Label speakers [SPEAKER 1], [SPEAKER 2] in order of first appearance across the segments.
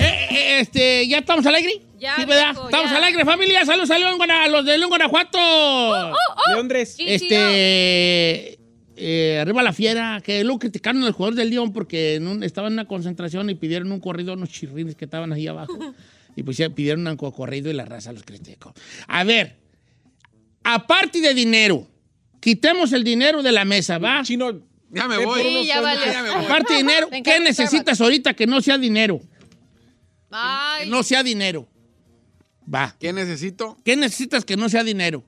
[SPEAKER 1] Eh, eh, este, ¿ya estamos alegre?
[SPEAKER 2] Ya,
[SPEAKER 1] Sí, ¿verdad?
[SPEAKER 2] viejo,
[SPEAKER 1] estamos
[SPEAKER 2] ya.
[SPEAKER 1] alegre, familia. Saludos a León, Guana- a los de León, Guanajuato.
[SPEAKER 2] Uh,
[SPEAKER 3] Londres.
[SPEAKER 2] Sí, sí,
[SPEAKER 1] Este. eh, arriba la fiera, que luego criticaron al jugador del León porque en un- estaban en una concentración y pidieron un corrido a unos chirrines que estaban ahí abajo. y pues ya pidieron un co- corrido y la raza los criticó. A ver, aparte de dinero, quitemos el dinero de la mesa, ¿va?
[SPEAKER 3] Chino.
[SPEAKER 4] Ya me
[SPEAKER 3] Ve
[SPEAKER 4] voy.
[SPEAKER 3] por unos
[SPEAKER 2] Sí, ya
[SPEAKER 3] sueños.
[SPEAKER 2] valió.
[SPEAKER 4] me voy.
[SPEAKER 1] Aparte de dinero,
[SPEAKER 2] Me encanta
[SPEAKER 1] ¿qué
[SPEAKER 2] el
[SPEAKER 1] necesitas ahorita que no sea dinero? Que
[SPEAKER 2] Ay,
[SPEAKER 1] no sea dinero. Va.
[SPEAKER 4] ¿Qué necesito?
[SPEAKER 1] ¿Qué necesitas que no sea dinero?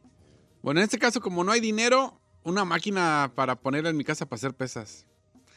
[SPEAKER 4] Bueno, en este caso, como no hay dinero, una máquina para ponerla en mi casa para hacer pesas.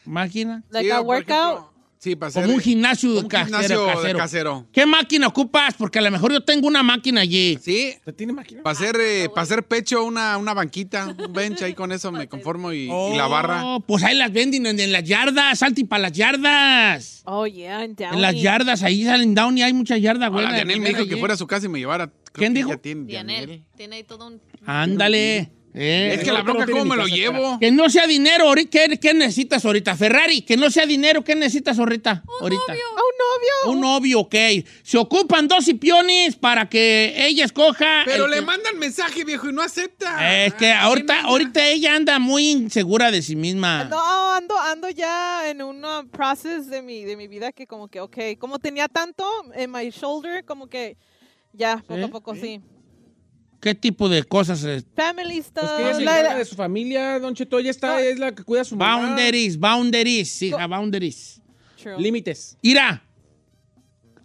[SPEAKER 1] Máquina.
[SPEAKER 5] Like
[SPEAKER 4] Sí,
[SPEAKER 5] a
[SPEAKER 4] por
[SPEAKER 5] workout.
[SPEAKER 4] ejemplo, sí, para hacer.
[SPEAKER 1] Como un gimnasio,
[SPEAKER 4] como un
[SPEAKER 1] casero,
[SPEAKER 4] gimnasio de
[SPEAKER 1] casero.
[SPEAKER 4] casero.
[SPEAKER 1] ¿Qué máquina ocupas? Porque a lo mejor yo tengo una máquina allí.
[SPEAKER 4] Sí,
[SPEAKER 3] ¿Te tiene máquina?
[SPEAKER 4] para hacer, eh, para hacer pecho, una, una banquita, un bench ahí con eso me conformo y, y la barra.
[SPEAKER 1] Oh, Pues ahí las venden en, en las yardas, salti para las yardas.
[SPEAKER 5] Oh, yeah, en
[SPEAKER 6] Ah,
[SPEAKER 5] Downey.
[SPEAKER 1] En las yardas, ahí salen down y hay muchas yardas, güey.
[SPEAKER 4] Hola, Daniel me dijo que fuera a su casa y me llevara. creo
[SPEAKER 1] ¿Quién
[SPEAKER 4] que
[SPEAKER 1] dijo?
[SPEAKER 4] ya tiene Dianel.
[SPEAKER 2] Dianel. Tiene ahí todo un...
[SPEAKER 4] Pues
[SPEAKER 1] Ándale. Eh,
[SPEAKER 4] Es que
[SPEAKER 3] Pero no
[SPEAKER 4] la bronca,
[SPEAKER 3] tiene
[SPEAKER 4] ¿cómo
[SPEAKER 3] mi
[SPEAKER 4] me lo
[SPEAKER 3] casa,
[SPEAKER 4] llevo?
[SPEAKER 1] Que no sea dinero, ahorita. ¿Qué, qué necesitas ahorita? Ferrari, que no sea dinero, ¿qué necesitas ahorita? ahorita.
[SPEAKER 5] Oh, novio.
[SPEAKER 1] Un novio, ok. Se ocupan dos hipiones para que ella escoja.
[SPEAKER 4] Pero
[SPEAKER 1] el
[SPEAKER 4] le Ah,
[SPEAKER 1] que-
[SPEAKER 4] mandan mensaje, viejo, y no acepta.
[SPEAKER 1] Es que ahorita, ahorita ella anda muy insegura de sí misma.
[SPEAKER 5] No, ando, ando ya en un um, process de mi, de mi vida que como que, ok, como tenía tanto en my shoulder, como que ya, poco a poco, sí.
[SPEAKER 1] ¿Qué tipo de cosas? es?
[SPEAKER 5] Family stuff.
[SPEAKER 3] Pues que ella se
[SPEAKER 5] la-
[SPEAKER 3] encarga de su familia, Don Cheto. Ella está, es la que cuida a su mamá.
[SPEAKER 1] Boundaries, boundaries, hija, boundaries.
[SPEAKER 5] True.
[SPEAKER 3] Límites.
[SPEAKER 1] Irá,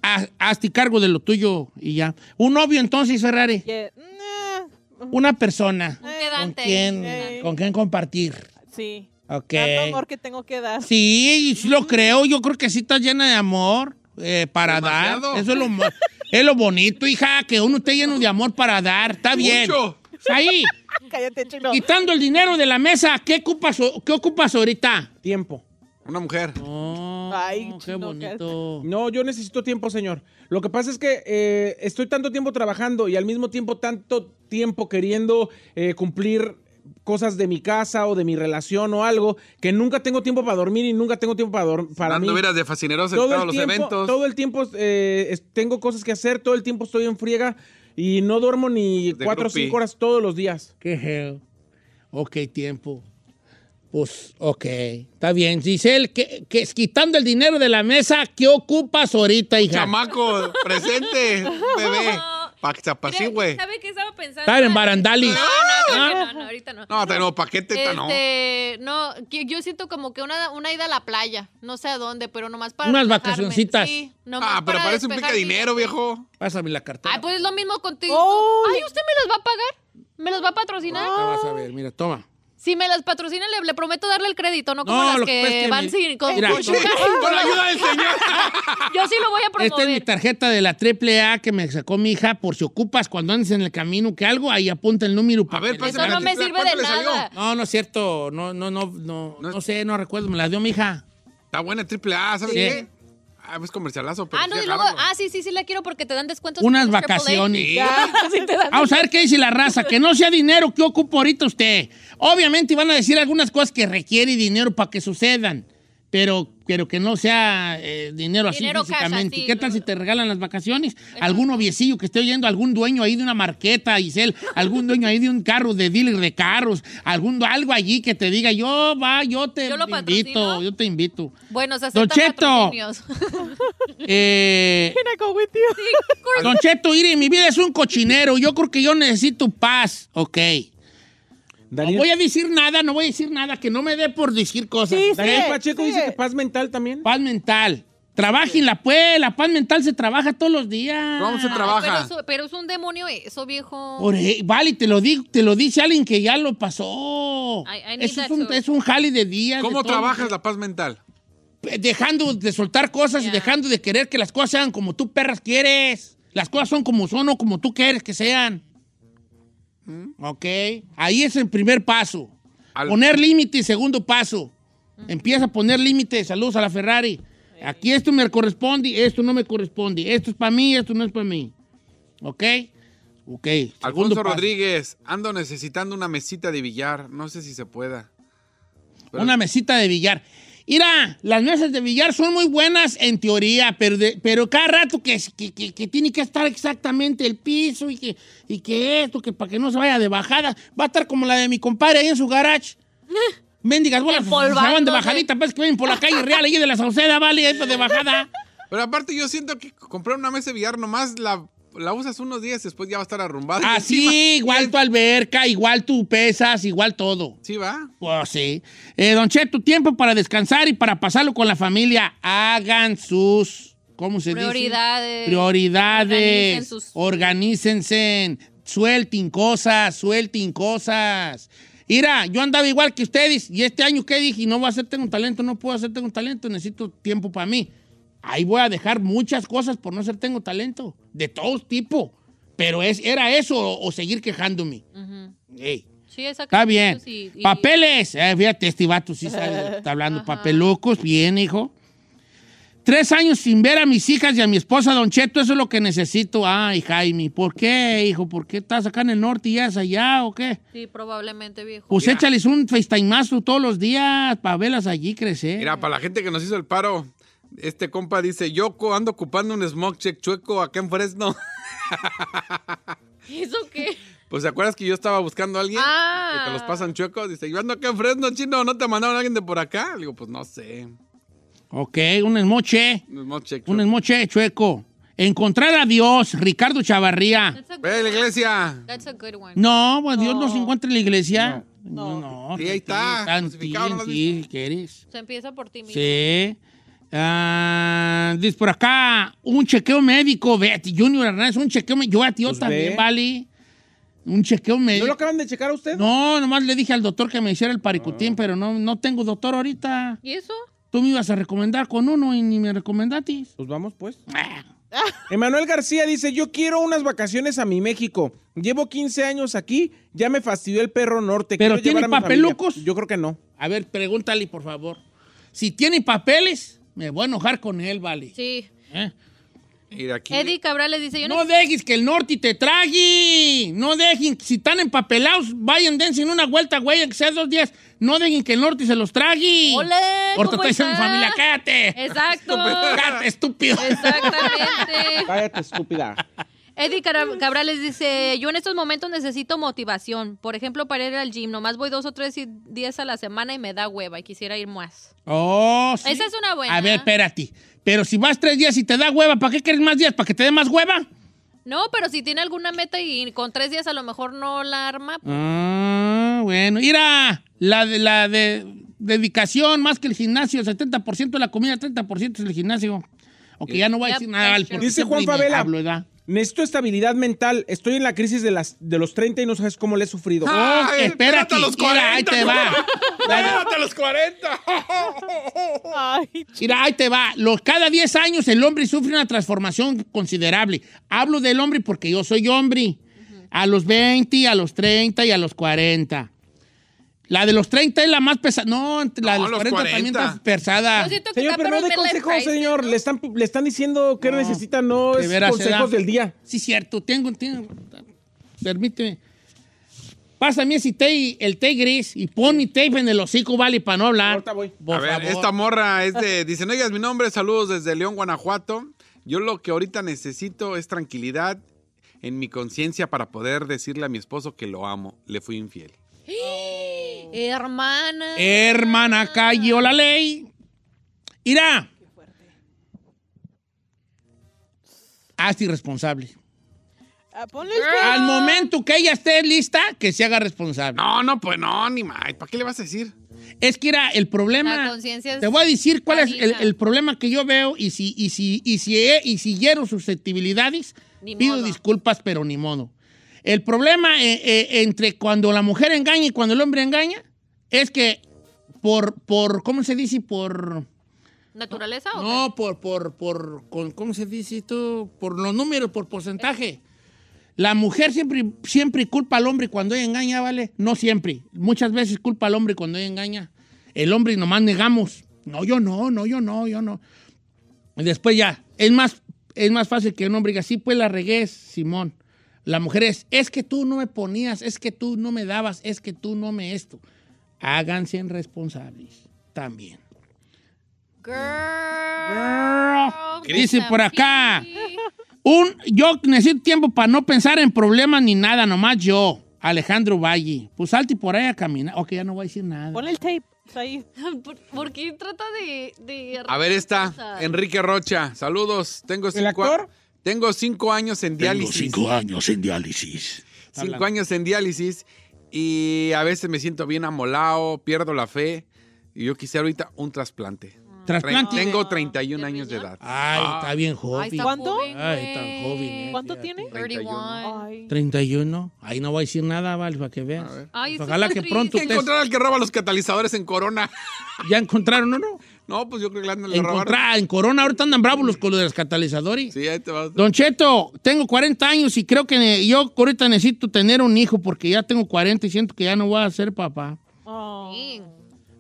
[SPEAKER 1] haz- hazte cargo de lo tuyo y ya. Un novio entonces, Ferrari.
[SPEAKER 5] Yeah. Nah,
[SPEAKER 1] Una persona.
[SPEAKER 2] Un
[SPEAKER 1] ¿Con
[SPEAKER 2] quedante.
[SPEAKER 1] quién,
[SPEAKER 5] Eh.
[SPEAKER 1] con quién compartir?
[SPEAKER 5] sí.
[SPEAKER 1] Ok.
[SPEAKER 5] Tanto amor que tengo que dar.
[SPEAKER 1] Sí, sí lo creo. Yo creo que sí estás llena de amor eh, para
[SPEAKER 4] Demasiado.
[SPEAKER 1] dar. Eso es lo, mo- es lo bonito, hija, que uno esté lleno de amor para dar. Está bien.
[SPEAKER 4] Mucho.
[SPEAKER 1] Ahí.
[SPEAKER 5] Cállate, chino.
[SPEAKER 1] Quitando el dinero de la mesa, ¿qué ocupas, o- qué ocupas ahorita?
[SPEAKER 3] Tiempo.
[SPEAKER 4] Una mujer.
[SPEAKER 1] Oh,
[SPEAKER 5] Ay,
[SPEAKER 1] qué
[SPEAKER 5] chino,
[SPEAKER 1] bonito.
[SPEAKER 3] No, yo necesito tiempo, señor. Lo que pasa es que eh, estoy tanto tiempo trabajando y al mismo tiempo tanto tiempo queriendo eh, cumplir cosas de mi casa o de mi relación o algo que nunca tengo tiempo para dormir y nunca tengo tiempo para, dor- para mí.
[SPEAKER 4] Dando veras de fascineros en
[SPEAKER 3] Todo
[SPEAKER 4] todos
[SPEAKER 3] el
[SPEAKER 4] los
[SPEAKER 3] tiempo,
[SPEAKER 4] eventos.
[SPEAKER 3] todo el tiempo eh, es- tengo cosas que hacer, todo el tiempo estoy en friega y no duermo ni
[SPEAKER 4] De
[SPEAKER 3] cuatro o
[SPEAKER 4] groupie.
[SPEAKER 3] cinco horas todos los días.
[SPEAKER 1] Qué geo. Ok, tiempo. Pues, ok. Está bien. Giselle, que, que, quitando el dinero de la mesa, ¿qué ocupas ahorita, hija?
[SPEAKER 4] Chamaco, presente, bebé. Pa' que se
[SPEAKER 2] Mira,
[SPEAKER 4] apacigüe.
[SPEAKER 2] ¿Sabe qué estaba pensando?
[SPEAKER 1] Estar en barandali. Ah,
[SPEAKER 2] No, no, no, no, no, ahorita no.
[SPEAKER 4] No, tenemos paquete, esta no.
[SPEAKER 2] Este, no, que yo siento como que una, una ida a la playa, no sé a dónde, pero nomás para
[SPEAKER 1] Unas
[SPEAKER 2] relajarme.
[SPEAKER 1] vacacioncitas.
[SPEAKER 2] Sí, nomás
[SPEAKER 4] Ah, pero
[SPEAKER 2] para
[SPEAKER 4] parece un
[SPEAKER 2] despejar
[SPEAKER 4] pica dinero,
[SPEAKER 2] mi mente.
[SPEAKER 4] viejo.
[SPEAKER 1] Pásame la cartera.
[SPEAKER 2] Ay, pues es lo mismo contigo.
[SPEAKER 5] Oh.
[SPEAKER 2] Ay, ¿usted me las va a pagar? ¿Me las va a patrocinar?
[SPEAKER 1] Ahorita vas a ver. Mira, toma.
[SPEAKER 2] Si me las patrocina, le, le prometo darle el crédito, no como
[SPEAKER 1] No,
[SPEAKER 2] las
[SPEAKER 1] lo
[SPEAKER 2] que,
[SPEAKER 1] que pasa es que
[SPEAKER 2] van
[SPEAKER 1] mi-
[SPEAKER 2] sin... Con,
[SPEAKER 1] Mira,
[SPEAKER 2] con-
[SPEAKER 1] esto-
[SPEAKER 4] Con la ayuda del señor.
[SPEAKER 2] Yo sí lo voy a
[SPEAKER 1] Esta Este es mi
[SPEAKER 2] promover.
[SPEAKER 1] tarjeta de la AAA que me sacó mi hija por si ocupas cuando andes en el camino que algo, ahí apunta el número. para
[SPEAKER 4] ver,
[SPEAKER 1] que le
[SPEAKER 4] pásame
[SPEAKER 2] Eso
[SPEAKER 1] saques.
[SPEAKER 2] no me
[SPEAKER 4] ¿Cuánto
[SPEAKER 2] sirve de
[SPEAKER 4] le salió?
[SPEAKER 2] nada.
[SPEAKER 1] No, no es cierto. No, no, no, no,
[SPEAKER 4] No es-
[SPEAKER 1] no sé, no recuerdo. Me la dio mi hija.
[SPEAKER 4] Está buena triple A,
[SPEAKER 1] Sí.
[SPEAKER 4] ¿sabes qué? Ah, pues comercialazo. Pero
[SPEAKER 2] Ah, no,
[SPEAKER 4] sí,
[SPEAKER 2] y luego,
[SPEAKER 4] agárralo.
[SPEAKER 2] ah, sí, sí, sí la quiero porque te dan descuentos.
[SPEAKER 1] Unas
[SPEAKER 2] en AAA.
[SPEAKER 1] vacaciones.
[SPEAKER 2] Sí, te dan-
[SPEAKER 1] Vamos a ver qué dice la raza. Que no sea dinero que ocupa ahorita usted. Obviamente van a decir algunas cosas que requiere dinero para que sucedan. Pero, pero que no sea eh, dinero así
[SPEAKER 2] Dinero cash,
[SPEAKER 1] físicamente.
[SPEAKER 2] así,
[SPEAKER 1] ¿Qué tal
[SPEAKER 2] lo-
[SPEAKER 1] si te regalan las vacaciones? Algún noviecillo que esté oyendo, algún dueño ahí de una marqueta, Isel, algún dueño ahí de un carro, de dealer de carros, algún algo allí que te diga, yo va, yo te
[SPEAKER 2] Yo lo
[SPEAKER 1] invito,
[SPEAKER 2] patrocino.
[SPEAKER 1] yo te invito.
[SPEAKER 2] Bueno, se
[SPEAKER 1] Don
[SPEAKER 2] aceptan
[SPEAKER 1] Cheto.
[SPEAKER 2] patrocinios.
[SPEAKER 1] Eh,
[SPEAKER 5] Can I go with you?
[SPEAKER 1] Don Cheto, mire, mi vida es un cochinero. Yo creo que yo necesito paz. Ok. No
[SPEAKER 3] Daniel,
[SPEAKER 1] voy a decir nada, no voy a decir nada, que no me dé por decir cosas.
[SPEAKER 5] Sí,
[SPEAKER 3] Daniel
[SPEAKER 5] sí.
[SPEAKER 3] Pacheco dice que paz mental también.
[SPEAKER 1] Paz mental. Trabajenla, pues. La paz mental se trabaja todos los días.
[SPEAKER 4] ¿Cómo se
[SPEAKER 2] No,
[SPEAKER 4] trabaja?
[SPEAKER 2] ah, pero, es, pero es un demonio eso, viejo.
[SPEAKER 1] Ore- e, Vale, te lo, digo, te lo dice alguien que ya lo pasó.
[SPEAKER 2] I- I need
[SPEAKER 1] Eso es
[SPEAKER 2] that
[SPEAKER 1] un,
[SPEAKER 2] too.
[SPEAKER 1] es un jale de días.
[SPEAKER 4] ¿Cómo
[SPEAKER 1] de todo.
[SPEAKER 4] trabajas la paz mental?
[SPEAKER 1] eh, Dejando de soltar cosas y
[SPEAKER 2] Ya.
[SPEAKER 1] dejando de querer que las cosas sean como tú, perras, quieres. Las cosas son como son o como tú quieres que sean. Ok. Ahí es el primer paso.
[SPEAKER 4] Al-
[SPEAKER 1] Poner límites, segundo paso. Empieza a poner límites. Saludos a la Ferrari. Aquí esto me corresponde, esto no me corresponde. Esto es para mí, esto no es para mí. ¿Ok? Ok. segundo
[SPEAKER 4] Alfonso
[SPEAKER 1] paso.
[SPEAKER 4] Rodríguez, ando necesitando una mesita de billar. No sé si se pueda. Pero-
[SPEAKER 1] Una mesita de billar. Mira, las mesas de billar son muy buenas en teoría, pero, de- pero cada rato que, que- que- que tiene que estar exactamente el piso y que, y que esto, que para que no se vaya de bajada, va a estar como la de mi compadre ahí en su garage. Mendigas bolas, se van de
[SPEAKER 2] Empolvándose.
[SPEAKER 1] bajadita, pues que vienen por la calle real, ahí de la Sauceda, vale, ahí de bajada.
[SPEAKER 4] Pero aparte, yo siento que comprar una mesa de billar nomás la, la usas unos días y después ya va a estar arrumbada.
[SPEAKER 1] Ah,
[SPEAKER 4] Y encima-
[SPEAKER 1] Así, igual tu alberca, igual tú pesas, igual todo.
[SPEAKER 4] Sí, va.
[SPEAKER 1] Pues sí. Eh, don Che, tu tiempo para descansar y para pasarlo con la familia. Hagan sus. ¿Cómo se
[SPEAKER 2] Prioridades.
[SPEAKER 1] dice? Prioridades.
[SPEAKER 2] Organicen sus-
[SPEAKER 1] Organícense. Suelten cosas, suelten cosas. Mira, yo andaba igual que ustedes y este año que dije, no voy a hacerte un talento, no puedo hacerte un talento, necesito tiempo para mí. Ahí voy a dejar muchas cosas por no ser tengo talento, de todo tipo. Pero es, era eso o, o seguir quejándome.
[SPEAKER 2] Ujú.
[SPEAKER 1] Ey.
[SPEAKER 2] Sí, esa
[SPEAKER 1] Está bien.
[SPEAKER 2] y- y-
[SPEAKER 1] Papeles. Eh, fíjate, este vato sí sabe, está hablando. Papelucos, bien, hijo. Tres años sin ver a mis hijas y a mi esposa, Don Cheto, eso es lo que necesito. Ay, Jaime, ¿por qué, hijo? ¿Por qué estás acá en el norte y ya es allá o qué?
[SPEAKER 2] Sí, probablemente, viejo.
[SPEAKER 1] Pues échales un FaceTimeazo todos los días para verlas allí crecer.
[SPEAKER 4] Mira, para la gente que nos hizo el paro, este compa dice, yo co- ando ocupando un smoke check chueco acá en Fresno.
[SPEAKER 2] ¿Eso qué?
[SPEAKER 4] Pues, ¿te acuerdas que yo estaba buscando a alguien?
[SPEAKER 2] Ah.
[SPEAKER 4] Que te los pasan chuecos. Dice, yo ando acá en Fresno, chino, ¿no te mandaron a alguien de por acá? Le digo, pues no sé.
[SPEAKER 1] Ok, un esmoche.
[SPEAKER 4] Un smoke check
[SPEAKER 1] Un em-
[SPEAKER 4] chueco.
[SPEAKER 1] esmoche chueco. Encontrar a Dios, Ricardo Chavarría.
[SPEAKER 2] That's a,
[SPEAKER 4] Ve a la iglesia.
[SPEAKER 2] that's a good one.
[SPEAKER 1] No, pues Dios no se encuentra en la iglesia. No,
[SPEAKER 5] No.
[SPEAKER 1] no.
[SPEAKER 4] Sí, ahí está,
[SPEAKER 1] Tan
[SPEAKER 4] crucificado, ¿no lo has
[SPEAKER 1] ti, ¿qué eres?
[SPEAKER 2] Se empieza por ti mismo.
[SPEAKER 1] Sí. Ah, dice por acá, un chequeo médico, Betty Junior Hernández, un chequeo médico. Yo a ti yo
[SPEAKER 3] Pues
[SPEAKER 1] también,
[SPEAKER 3] ve.
[SPEAKER 1] vale. Un chequeo
[SPEAKER 3] ¿No lo
[SPEAKER 1] médico.
[SPEAKER 3] acaban de checar a usted?
[SPEAKER 1] No, nomás le dije al doctor que me hiciera el
[SPEAKER 3] Ah.
[SPEAKER 1] paricutín, pero no, no tengo doctor ahorita.
[SPEAKER 2] ¿Y eso?
[SPEAKER 1] Tú me ibas a recomendar con uno y ni me recomendaste.
[SPEAKER 3] Pues vamos, pues.
[SPEAKER 1] Ah,
[SPEAKER 3] Emanuel García dice, yo quiero unas vacaciones a mi México. Llevo 15 años aquí, ya me fastidió el perro norte.
[SPEAKER 1] ¿Pero
[SPEAKER 3] quiero llevar
[SPEAKER 1] tiene
[SPEAKER 3] a mi familia".
[SPEAKER 1] papelucos?
[SPEAKER 3] Yo creo que no.
[SPEAKER 1] A ver, pregúntale, por favor. Si tiene papeles, me voy a enojar con él, vale.
[SPEAKER 2] Sí.
[SPEAKER 1] ¿Eh?
[SPEAKER 4] Mira aquí.
[SPEAKER 2] Eddie Cabral les dice, yo
[SPEAKER 1] No dejes que el norte te trague. No dejen, si están empapelados, vayan, dense en una vuelta, güey, que sea dos días. No dejen que el norte se los trague.
[SPEAKER 2] ¡Ole!
[SPEAKER 1] Ahorita
[SPEAKER 2] ¿cómo
[SPEAKER 1] estoy diciendo
[SPEAKER 2] está?
[SPEAKER 1] familia, cállate.
[SPEAKER 2] Exacto.
[SPEAKER 1] Cállate, estúpido.
[SPEAKER 2] Exactamente.
[SPEAKER 3] Cállate, estúpida.
[SPEAKER 2] Eddie Cara- Cabral les dice, yo en estos momentos necesito motivación. Por ejemplo, para ir al gym, nomás voy dos o tres y- días a la semana y me da hueva y quisiera ir más.
[SPEAKER 1] Oh, sí.
[SPEAKER 2] Esa es una buena.
[SPEAKER 1] A ver, espérate. Pero si vas tres días y te da hueva, ¿para qué quieres más días? ¿Para que te dé más hueva?
[SPEAKER 2] No, pero si tiene alguna meta y con tres días a lo mejor no la arma, pues,
[SPEAKER 1] Ah, bueno. Mira, la de la de dedicación más que el gimnasio, 70% de la comida, 30% es el gimnasio. Ok, ya no voy a
[SPEAKER 2] Ya,
[SPEAKER 1] decir nada, Val, porque
[SPEAKER 3] Eh, Dice Juan
[SPEAKER 1] siempre me
[SPEAKER 3] Favela.
[SPEAKER 1] hablo, ¿verdad?
[SPEAKER 3] Necesito estabilidad mental. Estoy en la crisis de, las, de los 30 y no sabes cómo le he sufrido.
[SPEAKER 1] Ah,
[SPEAKER 4] Ay,
[SPEAKER 1] espérate,
[SPEAKER 4] espérate a los
[SPEAKER 1] mira, ahí
[SPEAKER 4] 40,
[SPEAKER 1] te va.
[SPEAKER 4] ¡Espérate a los 40!
[SPEAKER 5] Ay,
[SPEAKER 1] Mira, ahí te va. Los, cada 10 años el hombre sufre una transformación considerable. Hablo del hombre porque yo soy hombre. A los 20, a los 30 y a los 40. La de los 30 es la más pesada. No, la de
[SPEAKER 4] No,
[SPEAKER 1] los,
[SPEAKER 4] los
[SPEAKER 1] 40, también
[SPEAKER 4] 40.
[SPEAKER 1] está pesada.
[SPEAKER 2] Yo siento que
[SPEAKER 3] Señor,
[SPEAKER 2] está
[SPEAKER 3] pero no
[SPEAKER 2] por
[SPEAKER 3] de
[SPEAKER 2] el midlife
[SPEAKER 3] consejos,
[SPEAKER 2] crisis,
[SPEAKER 3] señor.
[SPEAKER 2] ¿no?
[SPEAKER 3] Le están, le están diciendo qué
[SPEAKER 1] No.
[SPEAKER 3] necesita, no
[SPEAKER 1] De
[SPEAKER 3] es
[SPEAKER 1] veras,
[SPEAKER 3] consejos
[SPEAKER 1] ¿verdad?
[SPEAKER 3] del día.
[SPEAKER 1] Sí, cierto. Tengo, tengo. Permíteme. Pásame ese té, y- el té gris y pon mi tape en el hocico, vale, para no hablar.
[SPEAKER 3] Ahorita voy.
[SPEAKER 1] Por
[SPEAKER 4] a ver,
[SPEAKER 1] favor.
[SPEAKER 4] esta morra es de. Dice, no digas mi nombre, saludos desde León, Guanajuato. Yo lo que ahorita necesito es tranquilidad en mi conciencia para poder decirle a mi esposo que lo amo. Le fui infiel.
[SPEAKER 2] Hermana.
[SPEAKER 1] Eh, Hermana, cayó la ley. Irá. Hazte irresponsable.
[SPEAKER 5] Ah, ponle el que-
[SPEAKER 1] Al momento que ella esté lista, que se haga responsable.
[SPEAKER 4] No, no, pues no, ni más. ¿Para qué le vas a decir?
[SPEAKER 1] Es que era el
[SPEAKER 2] La
[SPEAKER 1] problema.
[SPEAKER 2] conciencia es-
[SPEAKER 1] Te voy a decir cuál es el,
[SPEAKER 2] Marina.
[SPEAKER 1] el problema que yo veo y si, y si, y si, y si hiero susceptibilidades,
[SPEAKER 2] Ni
[SPEAKER 1] pido
[SPEAKER 2] modo.
[SPEAKER 1] disculpas, pero ni modo. El problema eh, eh, entre cuando la mujer engaña y cuando el hombre engaña es que por, por ¿cómo se dice? Por...
[SPEAKER 2] ¿Naturaleza o
[SPEAKER 1] No, por, por, por, con- ¿cómo se dice esto? Por los números, por porcentaje. La mujer siempre, siempre culpa al hombre cuando ella engaña, ¿vale? No siempre. Muchas veces culpa al hombre cuando ella engaña. El hombre nomás negamos. No, yo no, no, yo no, yo no. Y después ya, es más, es más fácil que un hombre diga, sí, pues la regué, Simón. La mujer es, es que tú no me ponías, es que tú no me dabas, es que tú no me esto. Háganse responsables también.
[SPEAKER 2] qué? Girl.
[SPEAKER 1] Dice por acá. Un, yo necesito tiempo para no pensar en problemas ni nada, nomás yo, Alejandro Valle. Pues salte por ahí a caminar. Ok, ya no voy a decir nada.
[SPEAKER 5] Ponle el tape. Está ahí.
[SPEAKER 2] ¿Por, por qué trata de, de-
[SPEAKER 4] A ver, esta. Enrique Rocha, saludos. Tengo cinco,
[SPEAKER 3] actor?
[SPEAKER 4] Tengo cinco años en diálisis.
[SPEAKER 1] años en diálisis.
[SPEAKER 4] Cinco años en diálisis y a veces me siento bien amolado, pierdo la fe. Y yo quisiera ahorita un trasplante.
[SPEAKER 1] Trasplante.
[SPEAKER 4] Tre-
[SPEAKER 1] de-
[SPEAKER 4] Tengo 31
[SPEAKER 2] ¿De
[SPEAKER 4] años de
[SPEAKER 2] riñón?
[SPEAKER 4] edad.
[SPEAKER 1] Ay, está bien
[SPEAKER 2] Ay,
[SPEAKER 1] joven.
[SPEAKER 2] Ah. está
[SPEAKER 5] ¿Cuánto?
[SPEAKER 2] joven,
[SPEAKER 1] Ay, tan
[SPEAKER 2] güey.
[SPEAKER 1] joven. eh,
[SPEAKER 5] ¿Cuánto
[SPEAKER 1] fíjate.
[SPEAKER 5] tiene?
[SPEAKER 2] 31.
[SPEAKER 5] Ay.
[SPEAKER 1] 31. Ahí no voy a decir nada, Vale, para que veas. Pues
[SPEAKER 4] A ver.
[SPEAKER 2] Ay, esto
[SPEAKER 1] Ojalá
[SPEAKER 2] está
[SPEAKER 1] que
[SPEAKER 2] triste.
[SPEAKER 1] pronto
[SPEAKER 4] Hay que
[SPEAKER 1] ustedes
[SPEAKER 4] encontrar al que roba los catalizadores en Corona.
[SPEAKER 1] ya encontraron, ¿no? no?
[SPEAKER 4] No, pues yo creo que le andan a robar.
[SPEAKER 1] Encontrá- en Corona ahorita andan bravos los con lo de los catalizadores.
[SPEAKER 4] Sí, ahí te vas.
[SPEAKER 1] Don Cheto, tengo 40 años y creo que ne- yo ahorita necesito tener un hijo porque ya tengo 40 y siento que ya no voy a ser papá.
[SPEAKER 5] Oh.
[SPEAKER 2] Sí.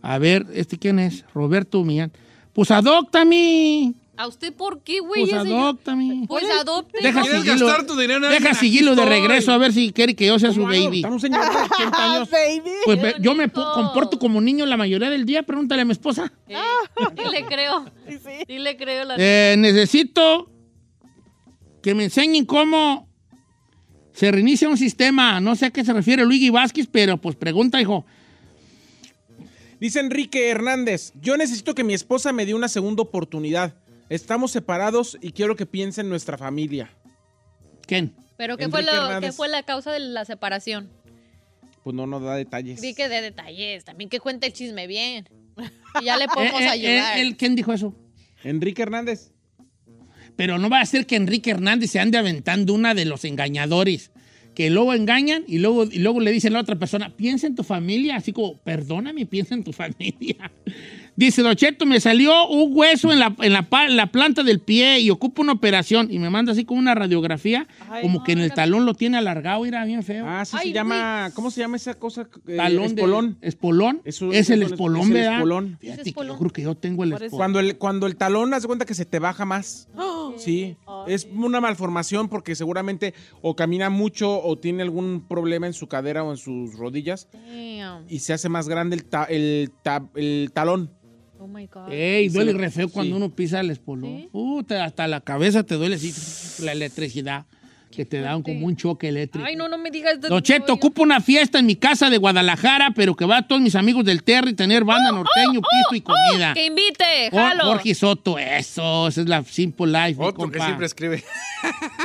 [SPEAKER 1] A ver, ¿este quién es? Roberto Millán. Pues adóctame.
[SPEAKER 2] ¿A usted por qué, güey?
[SPEAKER 1] Pues
[SPEAKER 2] Ya se-
[SPEAKER 1] adóctame.
[SPEAKER 2] Pues adopte.
[SPEAKER 1] Deja
[SPEAKER 4] ¿Quieres
[SPEAKER 1] sigilo.
[SPEAKER 4] gastar tu dinero en
[SPEAKER 1] Deja
[SPEAKER 4] alguien?
[SPEAKER 1] sigilo
[SPEAKER 4] Aquí
[SPEAKER 1] de
[SPEAKER 4] estoy.
[SPEAKER 1] regreso a ver si quiere que yo sea su
[SPEAKER 3] ¿Cómo van a
[SPEAKER 1] baby.
[SPEAKER 3] adoptar un señor de 80
[SPEAKER 5] Ah,
[SPEAKER 3] años?
[SPEAKER 5] baby.
[SPEAKER 1] Pues ve- yo me
[SPEAKER 2] bonito.
[SPEAKER 1] pu- comporto como niño la mayoría del día, pregúntale a mi esposa.
[SPEAKER 2] Sí le creo.
[SPEAKER 5] Sí.
[SPEAKER 2] Sí le creo la
[SPEAKER 1] Eh, necesito que me enseñen cómo se reinicia un sistema. No sé a qué se refiere Luigi Vázquez, pero pues pregunta, hijo.
[SPEAKER 3] Dice Enrique Hernández, yo necesito que mi esposa me dé una segunda oportunidad. Estamos separados y quiero que piense en nuestra familia.
[SPEAKER 1] ¿Quién?
[SPEAKER 2] Pero ¿qué fue,
[SPEAKER 3] Enrique
[SPEAKER 2] lo,
[SPEAKER 3] Hernández.
[SPEAKER 2] ¿qué fue la causa de la separación?
[SPEAKER 3] Pues no nos da detalles.
[SPEAKER 2] Di que de detalles. También que cuente el chisme bien. Y ya le podemos
[SPEAKER 1] Eh, eh,
[SPEAKER 2] ayudar.
[SPEAKER 1] eh, él, ¿Quién dijo eso?
[SPEAKER 3] Enrique Hernández.
[SPEAKER 1] Pero no va a ser que Enrique Hernández se ande aventando una de los engañadores. Que luego engañan y luego, y luego le dicen a la otra persona, piensa en tu familia. Así como, perdóname, piensa en tu familia. Dice, Docheto, me salió un hueso en la, en, la, pa- en la planta del pie y ocupa una operación. Y me manda así como una radiografía,
[SPEAKER 5] Ay,
[SPEAKER 1] como que en el talón lo tiene alargado, era bien feo.
[SPEAKER 3] Ah, sí,
[SPEAKER 2] Ay,
[SPEAKER 3] se llama... ¿Cómo se llama esa cosa? Eh,
[SPEAKER 1] talón de-
[SPEAKER 3] espolón.
[SPEAKER 1] espolón.
[SPEAKER 3] Eso-
[SPEAKER 1] es
[SPEAKER 3] eso
[SPEAKER 1] el
[SPEAKER 3] no es-
[SPEAKER 1] espolón,
[SPEAKER 3] es el
[SPEAKER 1] ¿verdad?
[SPEAKER 3] espolón.
[SPEAKER 1] Fíjate
[SPEAKER 2] Es
[SPEAKER 1] que
[SPEAKER 2] espolón.
[SPEAKER 1] yo creo que yo tengo el
[SPEAKER 5] Por eso-
[SPEAKER 1] espolón.
[SPEAKER 3] Cuando el, cuando el talón, haz de cuenta que se te baja más.
[SPEAKER 5] Oh.
[SPEAKER 3] Sí, es una malformación porque seguramente o camina mucho o tiene algún problema en su cadera o en sus rodillas
[SPEAKER 2] Damn.
[SPEAKER 3] y se hace más grande el, ta- el, ta- el talón.
[SPEAKER 2] Oh my God.
[SPEAKER 1] Ey, duele
[SPEAKER 3] Sí.
[SPEAKER 1] re feo cuando
[SPEAKER 3] Sí.
[SPEAKER 1] uno pisa el espolón.
[SPEAKER 2] Sí.
[SPEAKER 1] Uh, te- hasta la cabeza te duele así la electricidad. Que te dan como un choque eléctrico.
[SPEAKER 2] Ay, no, no me digas.
[SPEAKER 1] Don
[SPEAKER 2] ocupa
[SPEAKER 1] Cheto, ocupo una fiesta en mi casa de Guadalajara, pero que va a todos mis amigos del Terry tener banda
[SPEAKER 2] Oh,
[SPEAKER 1] norteño, pisto y comida.
[SPEAKER 2] Que invite,
[SPEAKER 1] Con
[SPEAKER 2] jalo.
[SPEAKER 1] Jorge Soto, eso, esa es la Simple Life. mi
[SPEAKER 4] Otro que
[SPEAKER 1] compa.
[SPEAKER 4] siempre escribe.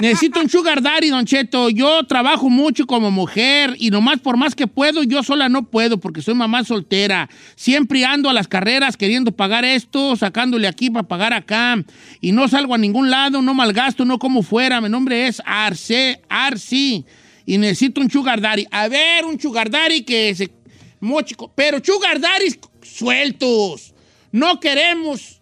[SPEAKER 1] Necesito un sugar daddy, don Cheto. Yo trabajo mucho como mujer y nomás por más que puedo, yo sola no puedo porque soy mamá soltera. Siempre ando a las carreras queriendo pagar esto, sacándole aquí para pagar acá. Y no salgo a ningún lado, no malgasto, no como fuera. Mi nombre es Arce, Arci. Y necesito un sugar daddy. A ver, un sugar daddy que se... mochico. Pero sugar daddies sueltos. No queremos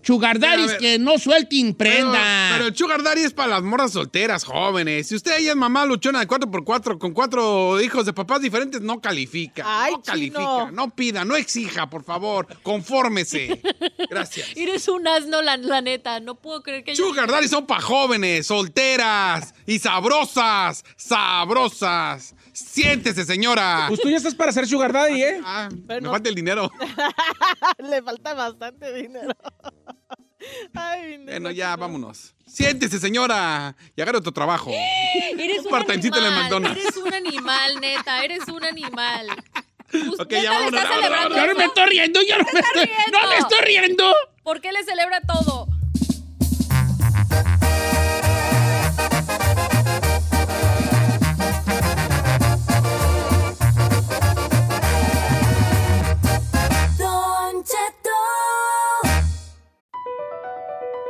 [SPEAKER 1] Chugardaris
[SPEAKER 4] A ver.
[SPEAKER 1] que no suelten
[SPEAKER 4] Pero,
[SPEAKER 1] prenda.
[SPEAKER 4] pero el sugar daddy es para las morras solteras, jóvenes. Si usted ella es mamá luchona de 4x4 con cuatro hijos de papás diferentes, no califica.
[SPEAKER 5] Ay,
[SPEAKER 4] no califica.
[SPEAKER 5] chino.
[SPEAKER 4] No pida, no exija, por favor. Confórmese. Gracias.
[SPEAKER 2] Eres un asno, la, la neta. No puedo creer que yo-
[SPEAKER 4] Sugar daddy son para jóvenes, solteras y sabrosas. Sabrosas. Siéntese,
[SPEAKER 1] Ah.
[SPEAKER 4] señora.
[SPEAKER 3] Pues tú ya estás para ser sugar daddy, ¿eh?
[SPEAKER 4] Ah,
[SPEAKER 5] Pero
[SPEAKER 4] me
[SPEAKER 5] no-
[SPEAKER 4] falta el dinero.
[SPEAKER 5] Le falta bastante dinero. Ay, no,
[SPEAKER 4] Bueno,
[SPEAKER 5] no,
[SPEAKER 4] ya,
[SPEAKER 5] no.
[SPEAKER 4] vámonos. Siéntese, señora. Y agarra otro trabajo.
[SPEAKER 2] Eres
[SPEAKER 4] Un
[SPEAKER 2] un
[SPEAKER 4] part-timecito en el
[SPEAKER 2] animal.
[SPEAKER 4] McDonald's.
[SPEAKER 2] Eres un animal, neta. Eres un animal.
[SPEAKER 4] Ok,
[SPEAKER 2] Usted le
[SPEAKER 4] ya vámonos,
[SPEAKER 2] está
[SPEAKER 4] vámonos,
[SPEAKER 2] celebrando
[SPEAKER 4] vámonos.
[SPEAKER 1] Yo no me
[SPEAKER 2] eso?
[SPEAKER 1] estoy riendo, yo no me
[SPEAKER 2] estás
[SPEAKER 1] estoy
[SPEAKER 2] riendo.
[SPEAKER 1] No me estoy riendo.
[SPEAKER 2] ¿Por qué le celebra todo?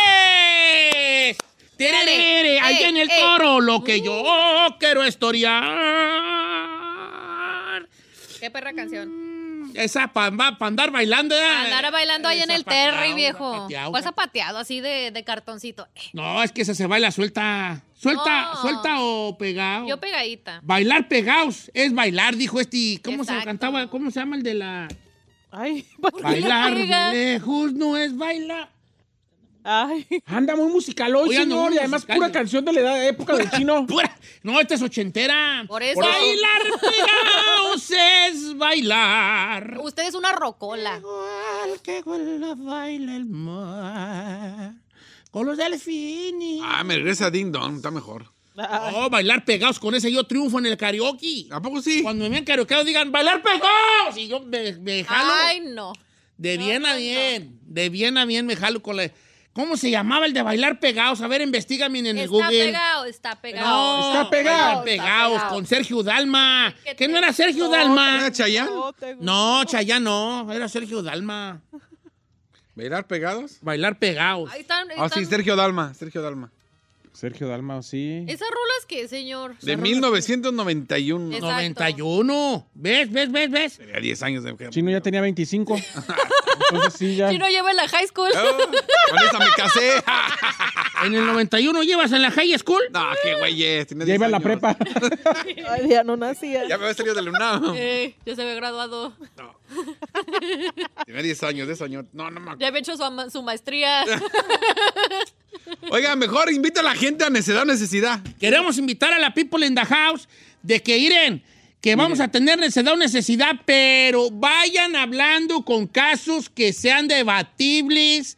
[SPEAKER 1] ¡Señores! ¡Tererere!
[SPEAKER 2] Eh,
[SPEAKER 1] Ahí
[SPEAKER 5] Ey,
[SPEAKER 1] viene el
[SPEAKER 5] ey.
[SPEAKER 1] toro, lo que yo
[SPEAKER 2] Mm.
[SPEAKER 1] quiero historiar.
[SPEAKER 2] Qué perra
[SPEAKER 1] Mm,
[SPEAKER 2] canción.
[SPEAKER 1] Esa para andar bailando. ¿eh?
[SPEAKER 2] Andara bailando ahí
[SPEAKER 1] Eh,
[SPEAKER 2] en el
[SPEAKER 1] zapateado,
[SPEAKER 2] terry, viejo. Pues
[SPEAKER 1] zapateado.
[SPEAKER 2] ¿Cuál zapateado? Así de, de cartoncito. Eh,
[SPEAKER 1] No, es que esa se baila suelta. Suelta,
[SPEAKER 2] No.
[SPEAKER 1] suelta o pegado.
[SPEAKER 2] Yo pegadita.
[SPEAKER 1] Bailar pegados es bailar, dijo este. ¿Cómo se
[SPEAKER 2] Exacto.
[SPEAKER 1] cantaba? ¿Cómo se llama el de la.
[SPEAKER 5] Ay, pues,
[SPEAKER 2] qué le
[SPEAKER 1] Bailar
[SPEAKER 2] pega?
[SPEAKER 1] de lejos no es bailar.
[SPEAKER 5] ay.
[SPEAKER 3] Anda muy musical hoy,
[SPEAKER 1] Hoy ando
[SPEAKER 3] señor,
[SPEAKER 1] ah. muy
[SPEAKER 3] y además
[SPEAKER 1] musical,
[SPEAKER 3] pura
[SPEAKER 1] yo.
[SPEAKER 3] canción de la edad, época del chino.
[SPEAKER 1] Pura- No, esta es ochentera.
[SPEAKER 2] Por eso.
[SPEAKER 1] Bailar pegados es bailar.
[SPEAKER 2] Usted es una rocola.
[SPEAKER 1] Igual que con la baila el mar. Con los delfines.
[SPEAKER 4] Ah, me regresa Ding Dong, está mejor.
[SPEAKER 1] Oh, bailar pegados con ese yo triunfo en el karaoke.
[SPEAKER 4] ¿A poco sí?
[SPEAKER 1] Cuando me vean karaokeado digan, ¡bailar pegados! Y yo me, me jalo.
[SPEAKER 2] Ay, no.
[SPEAKER 1] de bien a bien. De bien a bien me jalo con la... ¿Cómo se llamaba el de bailar pegados? A ver, investigame en el
[SPEAKER 2] Está
[SPEAKER 1] Google.
[SPEAKER 2] pegado, está pegado.
[SPEAKER 1] No,
[SPEAKER 3] Está pegado.
[SPEAKER 1] Bailar pegados
[SPEAKER 2] Está pegado.
[SPEAKER 1] con Sergio Dalma.
[SPEAKER 2] ¿Qué
[SPEAKER 1] ¿Qué
[SPEAKER 2] te-
[SPEAKER 1] no era Sergio Dalma?
[SPEAKER 4] ¿Era Chayanne?
[SPEAKER 5] No, te gusta.
[SPEAKER 1] No, Chayá no. Era Sergio Dalma.
[SPEAKER 4] ¿Bailar pegados?
[SPEAKER 1] Bailar pegados.
[SPEAKER 2] Ahí están.
[SPEAKER 4] Ah, sí,
[SPEAKER 2] están-
[SPEAKER 4] Sergio Dalma, Sergio Dalma.
[SPEAKER 3] Sergio Dalma, sí.
[SPEAKER 2] ¿Esas rulas qué, señor?
[SPEAKER 4] De
[SPEAKER 2] Esas
[SPEAKER 4] 1991.
[SPEAKER 2] Es- Exacto.
[SPEAKER 1] 91. ¿Ves, ves, ves, ves?
[SPEAKER 4] Tenía 10 años de mujer.
[SPEAKER 3] Chino ya tenía 25. Entonces sí, ya.
[SPEAKER 2] rulas- Chino lleva en la high school.
[SPEAKER 4] Ah, Con esa me casé.
[SPEAKER 1] En el 91 llevas en la high school.
[SPEAKER 4] no, qué güeyes. tenía
[SPEAKER 3] Ya
[SPEAKER 4] 10
[SPEAKER 3] iba a la
[SPEAKER 4] años.
[SPEAKER 3] prepa.
[SPEAKER 5] Ay, ya no nacía.
[SPEAKER 4] Ya me había salido del UNAM.
[SPEAKER 2] Eh, ya se había graduado.
[SPEAKER 4] Tenía 10 años, de eso, señor. No, no me acuerdo.
[SPEAKER 2] Ya había hecho su, ama- su maestría.
[SPEAKER 4] Oiga, mejor invita a la gente a necesidad, necesidad.
[SPEAKER 1] Queremos invitar a la people in the house de que iren, que vamos a tener necesidad o necesidad, pero vayan hablando con casos que sean debatibles,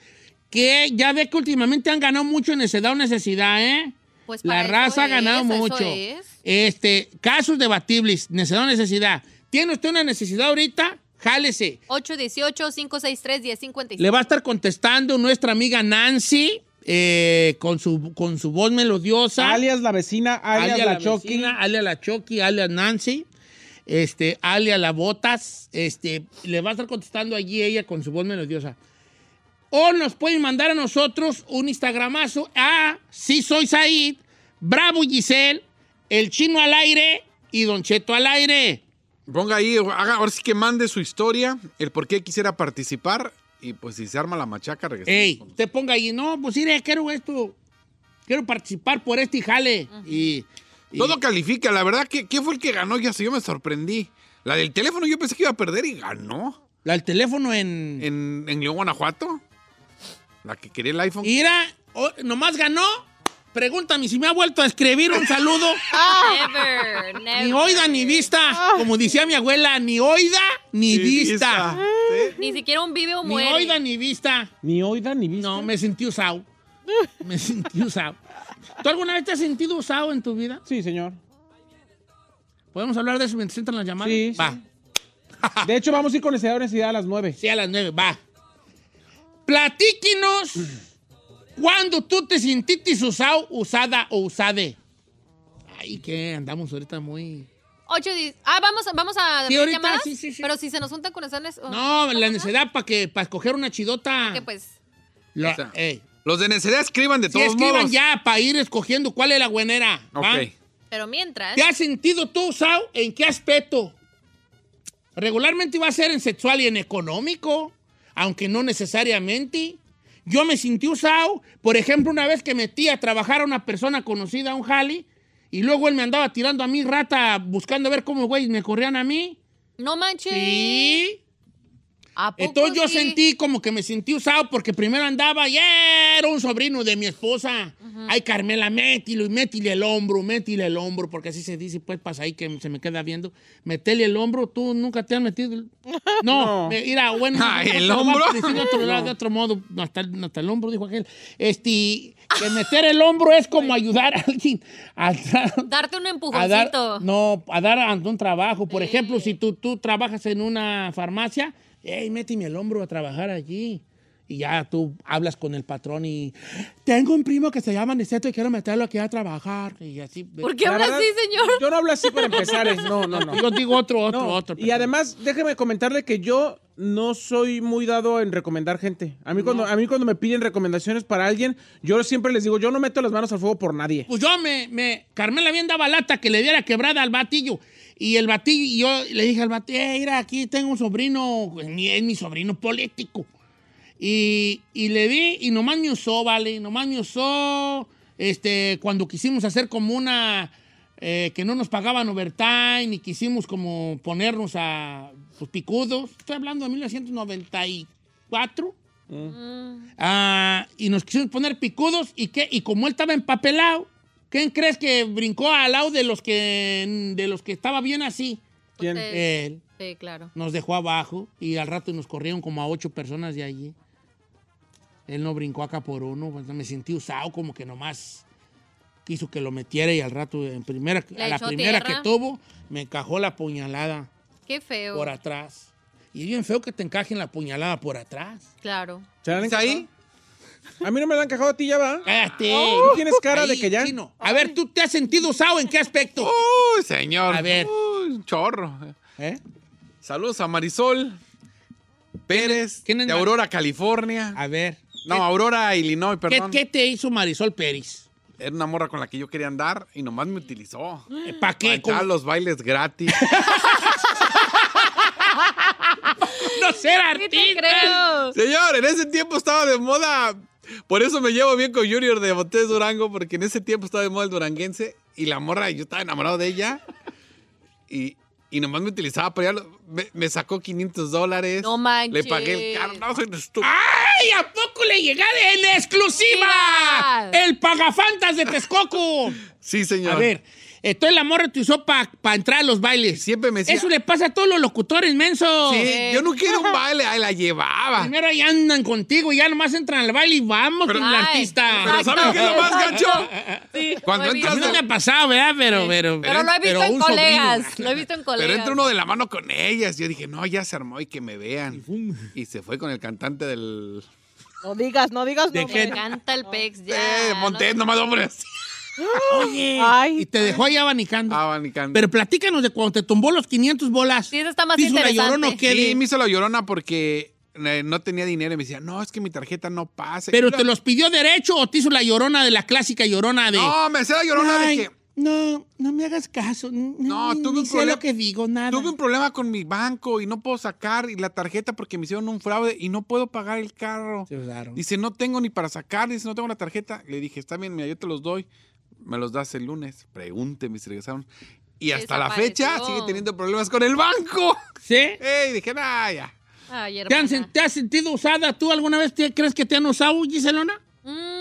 [SPEAKER 1] que ya ve que últimamente han ganado mucho en necesidad o necesidad, ¿eh?
[SPEAKER 2] Pues
[SPEAKER 1] La
[SPEAKER 2] para eso
[SPEAKER 1] raza ha
[SPEAKER 2] es,
[SPEAKER 1] ganado
[SPEAKER 2] eso
[SPEAKER 1] mucho.
[SPEAKER 2] es.
[SPEAKER 1] Este, casos debatibles, necesidad o necesidad. ¿Tiene usted una necesidad ahorita? Jálese.
[SPEAKER 2] 818-563-1055.
[SPEAKER 1] Le va a estar contestando nuestra amiga Nancy eh, con, su, con su voz melodiosa.
[SPEAKER 3] Alias la vecina, alias,
[SPEAKER 1] Alia
[SPEAKER 3] la, Chucky.
[SPEAKER 1] vecina, Alia la Chucky, Alia Nancy, este, Alia la Botas. Este, le va a estar contestando allí ella con su voz melodiosa. O nos pueden mandar a nosotros un Instagramazo a Si Soy Said, Bravo Giselle, El Chino al Aire y Don Cheto al Aire.
[SPEAKER 4] Ponga ahí, haga, ahora sí que mande su historia, el por qué quisiera participar y pues si se arma la machaca, regresamos.
[SPEAKER 1] Ey,
[SPEAKER 4] con
[SPEAKER 1] usted ponga ahí, no, pues mire, quiero esto, quiero participar por este y jale. Y, y-
[SPEAKER 4] Todo califica, la verdad, ¿qué, qué fue el que ganó? Ya sé, yo me sorprendí. La del teléfono yo pensé que iba a perder y ganó.
[SPEAKER 1] la- el teléfono en...
[SPEAKER 4] En, en León, Guanajuato. La que quería el iPhone.
[SPEAKER 1] Mira, o- nomás ganó. Pregúntame si me ha vuelto a escribir un saludo.
[SPEAKER 2] Never, never.
[SPEAKER 1] ni oida ni vista. Como decía mi abuela, ni oida ni vista.
[SPEAKER 4] Sí.
[SPEAKER 2] Ni siquiera un vive o
[SPEAKER 1] Ni
[SPEAKER 2] muere.
[SPEAKER 1] oida ni vista.
[SPEAKER 3] Ni oida ni vista.
[SPEAKER 1] No, me sentí usado. Me sentí usado. ¿Tú alguna vez te has sentido usado en tu vida?
[SPEAKER 3] Sí, señor.
[SPEAKER 1] ¿Podemos hablar de eso mientras entran las llamadas?
[SPEAKER 3] Sí, sí.
[SPEAKER 1] Va.
[SPEAKER 3] De hecho, vamos a ir con necesidad de honestidad a las nueve.
[SPEAKER 1] Sí, a las nueve, va. Platíquinos cuando tú te sintiste usado, usada o usade. Ay, que andamos ahorita muy...
[SPEAKER 2] Ocho, di- ah, vamos, a- vamos a
[SPEAKER 1] Sí,
[SPEAKER 2] abrir
[SPEAKER 1] ahorita,
[SPEAKER 2] llamadas.
[SPEAKER 1] sí, sí, sí.
[SPEAKER 2] Pero si se nos juntan con esas...
[SPEAKER 1] No, la necesidad para que para escoger una chidota. eh,
[SPEAKER 2] Que pues...
[SPEAKER 1] La-
[SPEAKER 4] O sea,
[SPEAKER 1] ey.
[SPEAKER 4] Los de necesidad escriban de
[SPEAKER 1] Sí,
[SPEAKER 4] todos
[SPEAKER 1] escriban
[SPEAKER 4] modos.
[SPEAKER 1] ya ¿Ah? para ir escogiendo cuál es la buenera. ¿va?
[SPEAKER 4] Ok.
[SPEAKER 2] Pero mientras...
[SPEAKER 1] ¿Te has sentido tú usado en qué aspecto? Regularmente va a ser en sexual y en económico, aunque no necesariamente. Yo me sentí usado, por ejemplo, una vez que metí a trabajar a una persona conocida, a un jali, y luego él me andaba tirando a mí rata buscando a ver cómo güey me corrían a mí.
[SPEAKER 2] No manches.
[SPEAKER 1] Sí.
[SPEAKER 2] ¿A poco
[SPEAKER 1] Entonces yo
[SPEAKER 2] sí?
[SPEAKER 1] sentí como que me sentí usado porque primero andaba y era un sobrino de mi esposa. Ay, Carmela, métilo y métile el hombro, métile el hombro, porque así se dice, pues pasa ahí que se me queda viendo. Metele el hombro, tú nunca te has metido. el- No,
[SPEAKER 3] No.
[SPEAKER 1] me- mira, bueno.
[SPEAKER 4] Ah, ¿el
[SPEAKER 1] te lo voy
[SPEAKER 4] hombro?
[SPEAKER 1] a decir De otro, lado, de otro modo, hasta, el- hasta el hombro, dijo aquel. Este, que meter el hombro es como ayudar a alguien a tra-
[SPEAKER 2] Darte un
[SPEAKER 1] a dar,
[SPEAKER 2] empujoncito.
[SPEAKER 1] no, a dar ante un trabajo. Por ejemplo, si tú, tú trabajas en una farmacia, hey, méteme el hombro a trabajar allí. Y ya tú hablas con el patrón y tengo un primo que se llama Niceto y quiero meterlo aquí a trabajar. Y así.
[SPEAKER 2] ¿Por qué
[SPEAKER 3] La
[SPEAKER 2] hablas
[SPEAKER 3] verdad,
[SPEAKER 2] así, señor?
[SPEAKER 3] Yo no hablo así para empezar, eh. no, no, no.
[SPEAKER 1] Yo digo otro, otro,
[SPEAKER 3] No,
[SPEAKER 1] otro.
[SPEAKER 3] Y además, déjeme comentarle que yo no soy muy dado en recomendar gente. A mí, cuando, a mí cuando me piden recomendaciones para alguien, yo siempre les digo, yo no meto las manos al fuego por nadie.
[SPEAKER 1] Pues yo me, me, Carmela bien daba lata que le diera quebrada al batillo. Y el batillo, y yo le dije al batillo, eh, mira, aquí tengo un sobrino, es mi, es mi sobrino político. Y, y le di, y nomás me usó, vale, nomás me usó, este, cuando quisimos hacer como una, eh, que no nos pagaban overtime, y quisimos como ponernos a, pues, picudos. Estoy hablando de 1994. Ah, y nos quisimos poner picudos y que y como él estaba empapelado, ¿quién crees que brincó al lado de los que de los que estaba bien así?
[SPEAKER 3] ¿Quién?
[SPEAKER 2] Usted.
[SPEAKER 1] Él
[SPEAKER 2] Sí, claro.
[SPEAKER 1] nos dejó abajo y al rato nos corrieron como a ocho personas de allí. Él no brincó acá por uno, pues, me sentí usado como que nomás quiso que lo metiera y al rato en primera
[SPEAKER 2] Le
[SPEAKER 1] a la
[SPEAKER 2] echó
[SPEAKER 1] primera
[SPEAKER 2] tierra.
[SPEAKER 1] que tuvo me encajó la puñalada
[SPEAKER 2] Qué feo.
[SPEAKER 1] por atrás. Y es bien feo que te encajen la puñalada por atrás.
[SPEAKER 2] Claro.
[SPEAKER 3] ¿Se la han
[SPEAKER 4] ¿Está ahí?
[SPEAKER 3] encajado? A mí no me la han encajado a ti, ya
[SPEAKER 2] Ah.
[SPEAKER 3] va.
[SPEAKER 1] Cállate.
[SPEAKER 3] Tú tienes cara de
[SPEAKER 1] Ahí,
[SPEAKER 3] que ya.
[SPEAKER 1] chino. A ver, ¿tú te has sentido usado en qué aspecto?
[SPEAKER 4] Uy, señor.
[SPEAKER 1] A ver.
[SPEAKER 4] Uy, chorro.
[SPEAKER 1] ¿Eh?
[SPEAKER 4] Saludos a Marisol Pérez
[SPEAKER 1] quién es
[SPEAKER 4] de
[SPEAKER 1] Mar-
[SPEAKER 4] Aurora, California.
[SPEAKER 1] A ver.
[SPEAKER 4] No, Aurora, Illinois,
[SPEAKER 1] ¿Qué,
[SPEAKER 4] perdón.
[SPEAKER 1] qué te hizo Marisol Pérez?
[SPEAKER 4] Era una morra con la que yo quería andar y nomás me utilizó.
[SPEAKER 1] ¿Para
[SPEAKER 4] Para
[SPEAKER 1] ¿Eh, qué?
[SPEAKER 4] entrar a
[SPEAKER 1] ¿Cómo?
[SPEAKER 4] los bailes gratis.
[SPEAKER 1] No ser
[SPEAKER 2] ¿Qué te
[SPEAKER 1] artista.
[SPEAKER 2] creo?
[SPEAKER 4] Señor, en ese tiempo estaba de moda. Por eso me llevo bien con Junior de Botes Durango, porque en ese tiempo estaba de moda el duranguense y la morra, yo estaba enamorado de ella. Y, y nomás me utilizaba para ir a lo- me, me sacó 500 dólares.
[SPEAKER 2] No manches.
[SPEAKER 4] Le pagué el carro. No, soy un estúpido.
[SPEAKER 1] ¡Ay! ¿A poco le llegaste en exclusiva?
[SPEAKER 2] Mira.
[SPEAKER 1] El Pagafantas de Texcoco.
[SPEAKER 4] Sí, señor.
[SPEAKER 1] A ver, Entonces la morra te usó para entrar a los bailes.
[SPEAKER 4] Siempre me decía-
[SPEAKER 1] Eso le pasa a todos los locutores, menso.
[SPEAKER 4] Sí,
[SPEAKER 1] ¿eh?"
[SPEAKER 4] yo no quiero un baile, ahí la llevaba.
[SPEAKER 1] Primero ahí andan contigo y ya nomás entran al baile y vamos
[SPEAKER 4] Pero-
[SPEAKER 1] con el
[SPEAKER 2] Ay,
[SPEAKER 1] artista.
[SPEAKER 4] Pero ¿saben qué es lo más
[SPEAKER 2] Exacto.
[SPEAKER 4] gacho?
[SPEAKER 2] Sí,
[SPEAKER 4] Cuando
[SPEAKER 2] lo he
[SPEAKER 4] entras
[SPEAKER 1] A mí
[SPEAKER 2] visto.
[SPEAKER 1] no me ha pasado, ¿verdad? Pero, pero,
[SPEAKER 2] Pero lo he visto
[SPEAKER 1] pero
[SPEAKER 2] en
[SPEAKER 1] un sobrino.
[SPEAKER 2] colegas. Lo he visto en colegas.
[SPEAKER 4] Pero entra uno de la mano con ellas. Yo dije, no, ya se armó y que me vean. Y se fue con el cantante del.
[SPEAKER 5] No digas, no digas.
[SPEAKER 1] ¿De
[SPEAKER 5] no,
[SPEAKER 1] qué?
[SPEAKER 5] hombre.
[SPEAKER 2] Canta el pex ya.
[SPEAKER 4] Eh,
[SPEAKER 2] no-
[SPEAKER 4] Montes, nomás hombres.
[SPEAKER 1] Oye,
[SPEAKER 5] Ay.
[SPEAKER 1] y te dejó ahí abanicando.
[SPEAKER 4] Ah, van y can-
[SPEAKER 1] Pero platícanos de cuando te tumbó los 500 bolas.
[SPEAKER 2] Sí, eso está más
[SPEAKER 1] ¿Te hizo la
[SPEAKER 2] interesante.
[SPEAKER 1] llorona o qué?
[SPEAKER 4] Sí, me hizo la llorona porque eh, no tenía dinero. Y me decía, no, es que mi tarjeta no pasa.
[SPEAKER 1] ¿Pero
[SPEAKER 4] Y la-
[SPEAKER 1] te los pidió derecho o te hizo la llorona de la clásica llorona de...
[SPEAKER 4] No, me hacía la llorona de
[SPEAKER 1] Ay,
[SPEAKER 4] que.
[SPEAKER 1] No, no me hagas caso. No,
[SPEAKER 4] No,
[SPEAKER 1] ni-
[SPEAKER 4] tuve
[SPEAKER 1] ni
[SPEAKER 4] un
[SPEAKER 1] sé
[SPEAKER 4] problema-
[SPEAKER 1] lo que digo, nada.
[SPEAKER 4] Tuve un problema con mi banco y no puedo sacar y la tarjeta porque me hicieron un fraude y no puedo pagar el carro.
[SPEAKER 1] Se usaron.
[SPEAKER 4] Dice, no tengo ni para sacar, dice, no tengo la tarjeta. Le dije, está bien, mira, yo te los doy. Me los das el lunes. Pregúnteme si regresaron. Y hasta la fecha
[SPEAKER 2] Desapareció.
[SPEAKER 4] sigue teniendo problemas con el banco.
[SPEAKER 1] ¿Sí?
[SPEAKER 4] Ey, dije, nah, ya.
[SPEAKER 2] Ay,
[SPEAKER 1] ¿Te, han
[SPEAKER 2] hermana.
[SPEAKER 1] sen- te has sentido usada? ¿Tú alguna vez te- crees que te han usado, Giselona?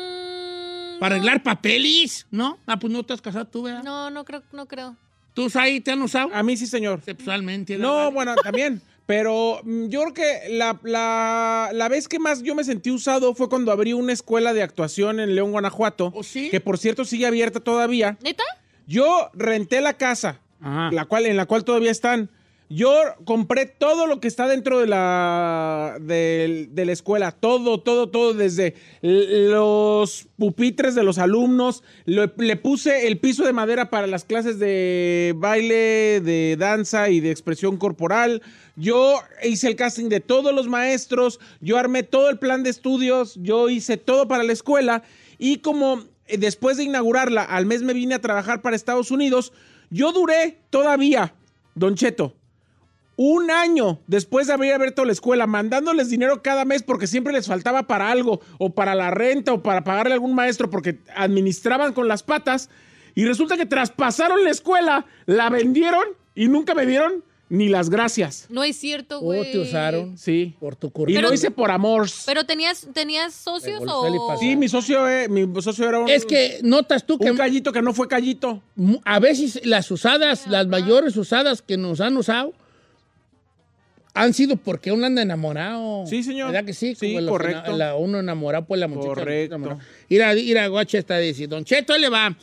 [SPEAKER 2] Mm,
[SPEAKER 1] ¿Para arreglar papeles? ¿No? Ah, pues no te has casado tú, ¿verdad?
[SPEAKER 2] No, no creo, no creo.
[SPEAKER 1] ¿Tú, ahí te han usado? Ah,
[SPEAKER 3] A mí sí, señor.
[SPEAKER 1] Sexualmente. ¿verdad?
[SPEAKER 3] No, bueno, también. Pero mm, yo creo que la, la- la vez que más yo me sentí usado fue cuando abrí una escuela de actuación en León, Guanajuato.
[SPEAKER 1] ¿Oh, sí?
[SPEAKER 3] Que por cierto sigue abierta todavía.
[SPEAKER 2] ¿Neta?
[SPEAKER 3] Yo renté la casa,
[SPEAKER 1] Ajá.
[SPEAKER 3] la cual, en la cual todavía están. Yo compré todo lo que está dentro de la, del- de la escuela, todo, todo, todo, desde l- los pupitres de los alumnos, lo- le puse el piso de madera para las clases de baile, de danza y de expresión corporal, yo hice el casting de todos los maestros, yo armé todo el plan de estudios, yo hice todo para la escuela y como eh, después de inaugurarla, al mes me vine a trabajar para Estados Unidos. Yo duré todavía, Don Cheto, un año después de haber abierto la escuela, mandándoles dinero cada mes porque siempre les faltaba para algo, o para la renta, o para pagarle a algún maestro, porque administraban con las patas. Y resulta que traspasaron la escuela, la vendieron y nunca me dieron ni las gracias.
[SPEAKER 2] No es cierto,
[SPEAKER 1] ¿Cómo
[SPEAKER 2] güey.
[SPEAKER 1] Oh, te usaron?
[SPEAKER 3] Sí.
[SPEAKER 1] Por tu
[SPEAKER 3] Y
[SPEAKER 1] currículum.
[SPEAKER 3] lo hice por amor.
[SPEAKER 2] ¿Pero tenías, tenías socios
[SPEAKER 1] Revolver y
[SPEAKER 2] o...?
[SPEAKER 1] pasar.
[SPEAKER 3] Sí, mi socio, eh, mi socio era un,
[SPEAKER 1] Es que notas tú que
[SPEAKER 3] un callito que no fue callito.
[SPEAKER 1] mu- a veces las usadas, las mayores usadas que nos han usado, han sido porque uno anda enamorado.
[SPEAKER 3] Sí, señor.
[SPEAKER 1] ¿Verdad que sí?
[SPEAKER 3] Sí,
[SPEAKER 1] Como los
[SPEAKER 3] correcto.
[SPEAKER 1] ena- la- uno enamorado, pues la muchacha.
[SPEAKER 3] Correcto.
[SPEAKER 1] enamorada. Ir a, ir a Guacha está decir, Don Cheto, ahí le va.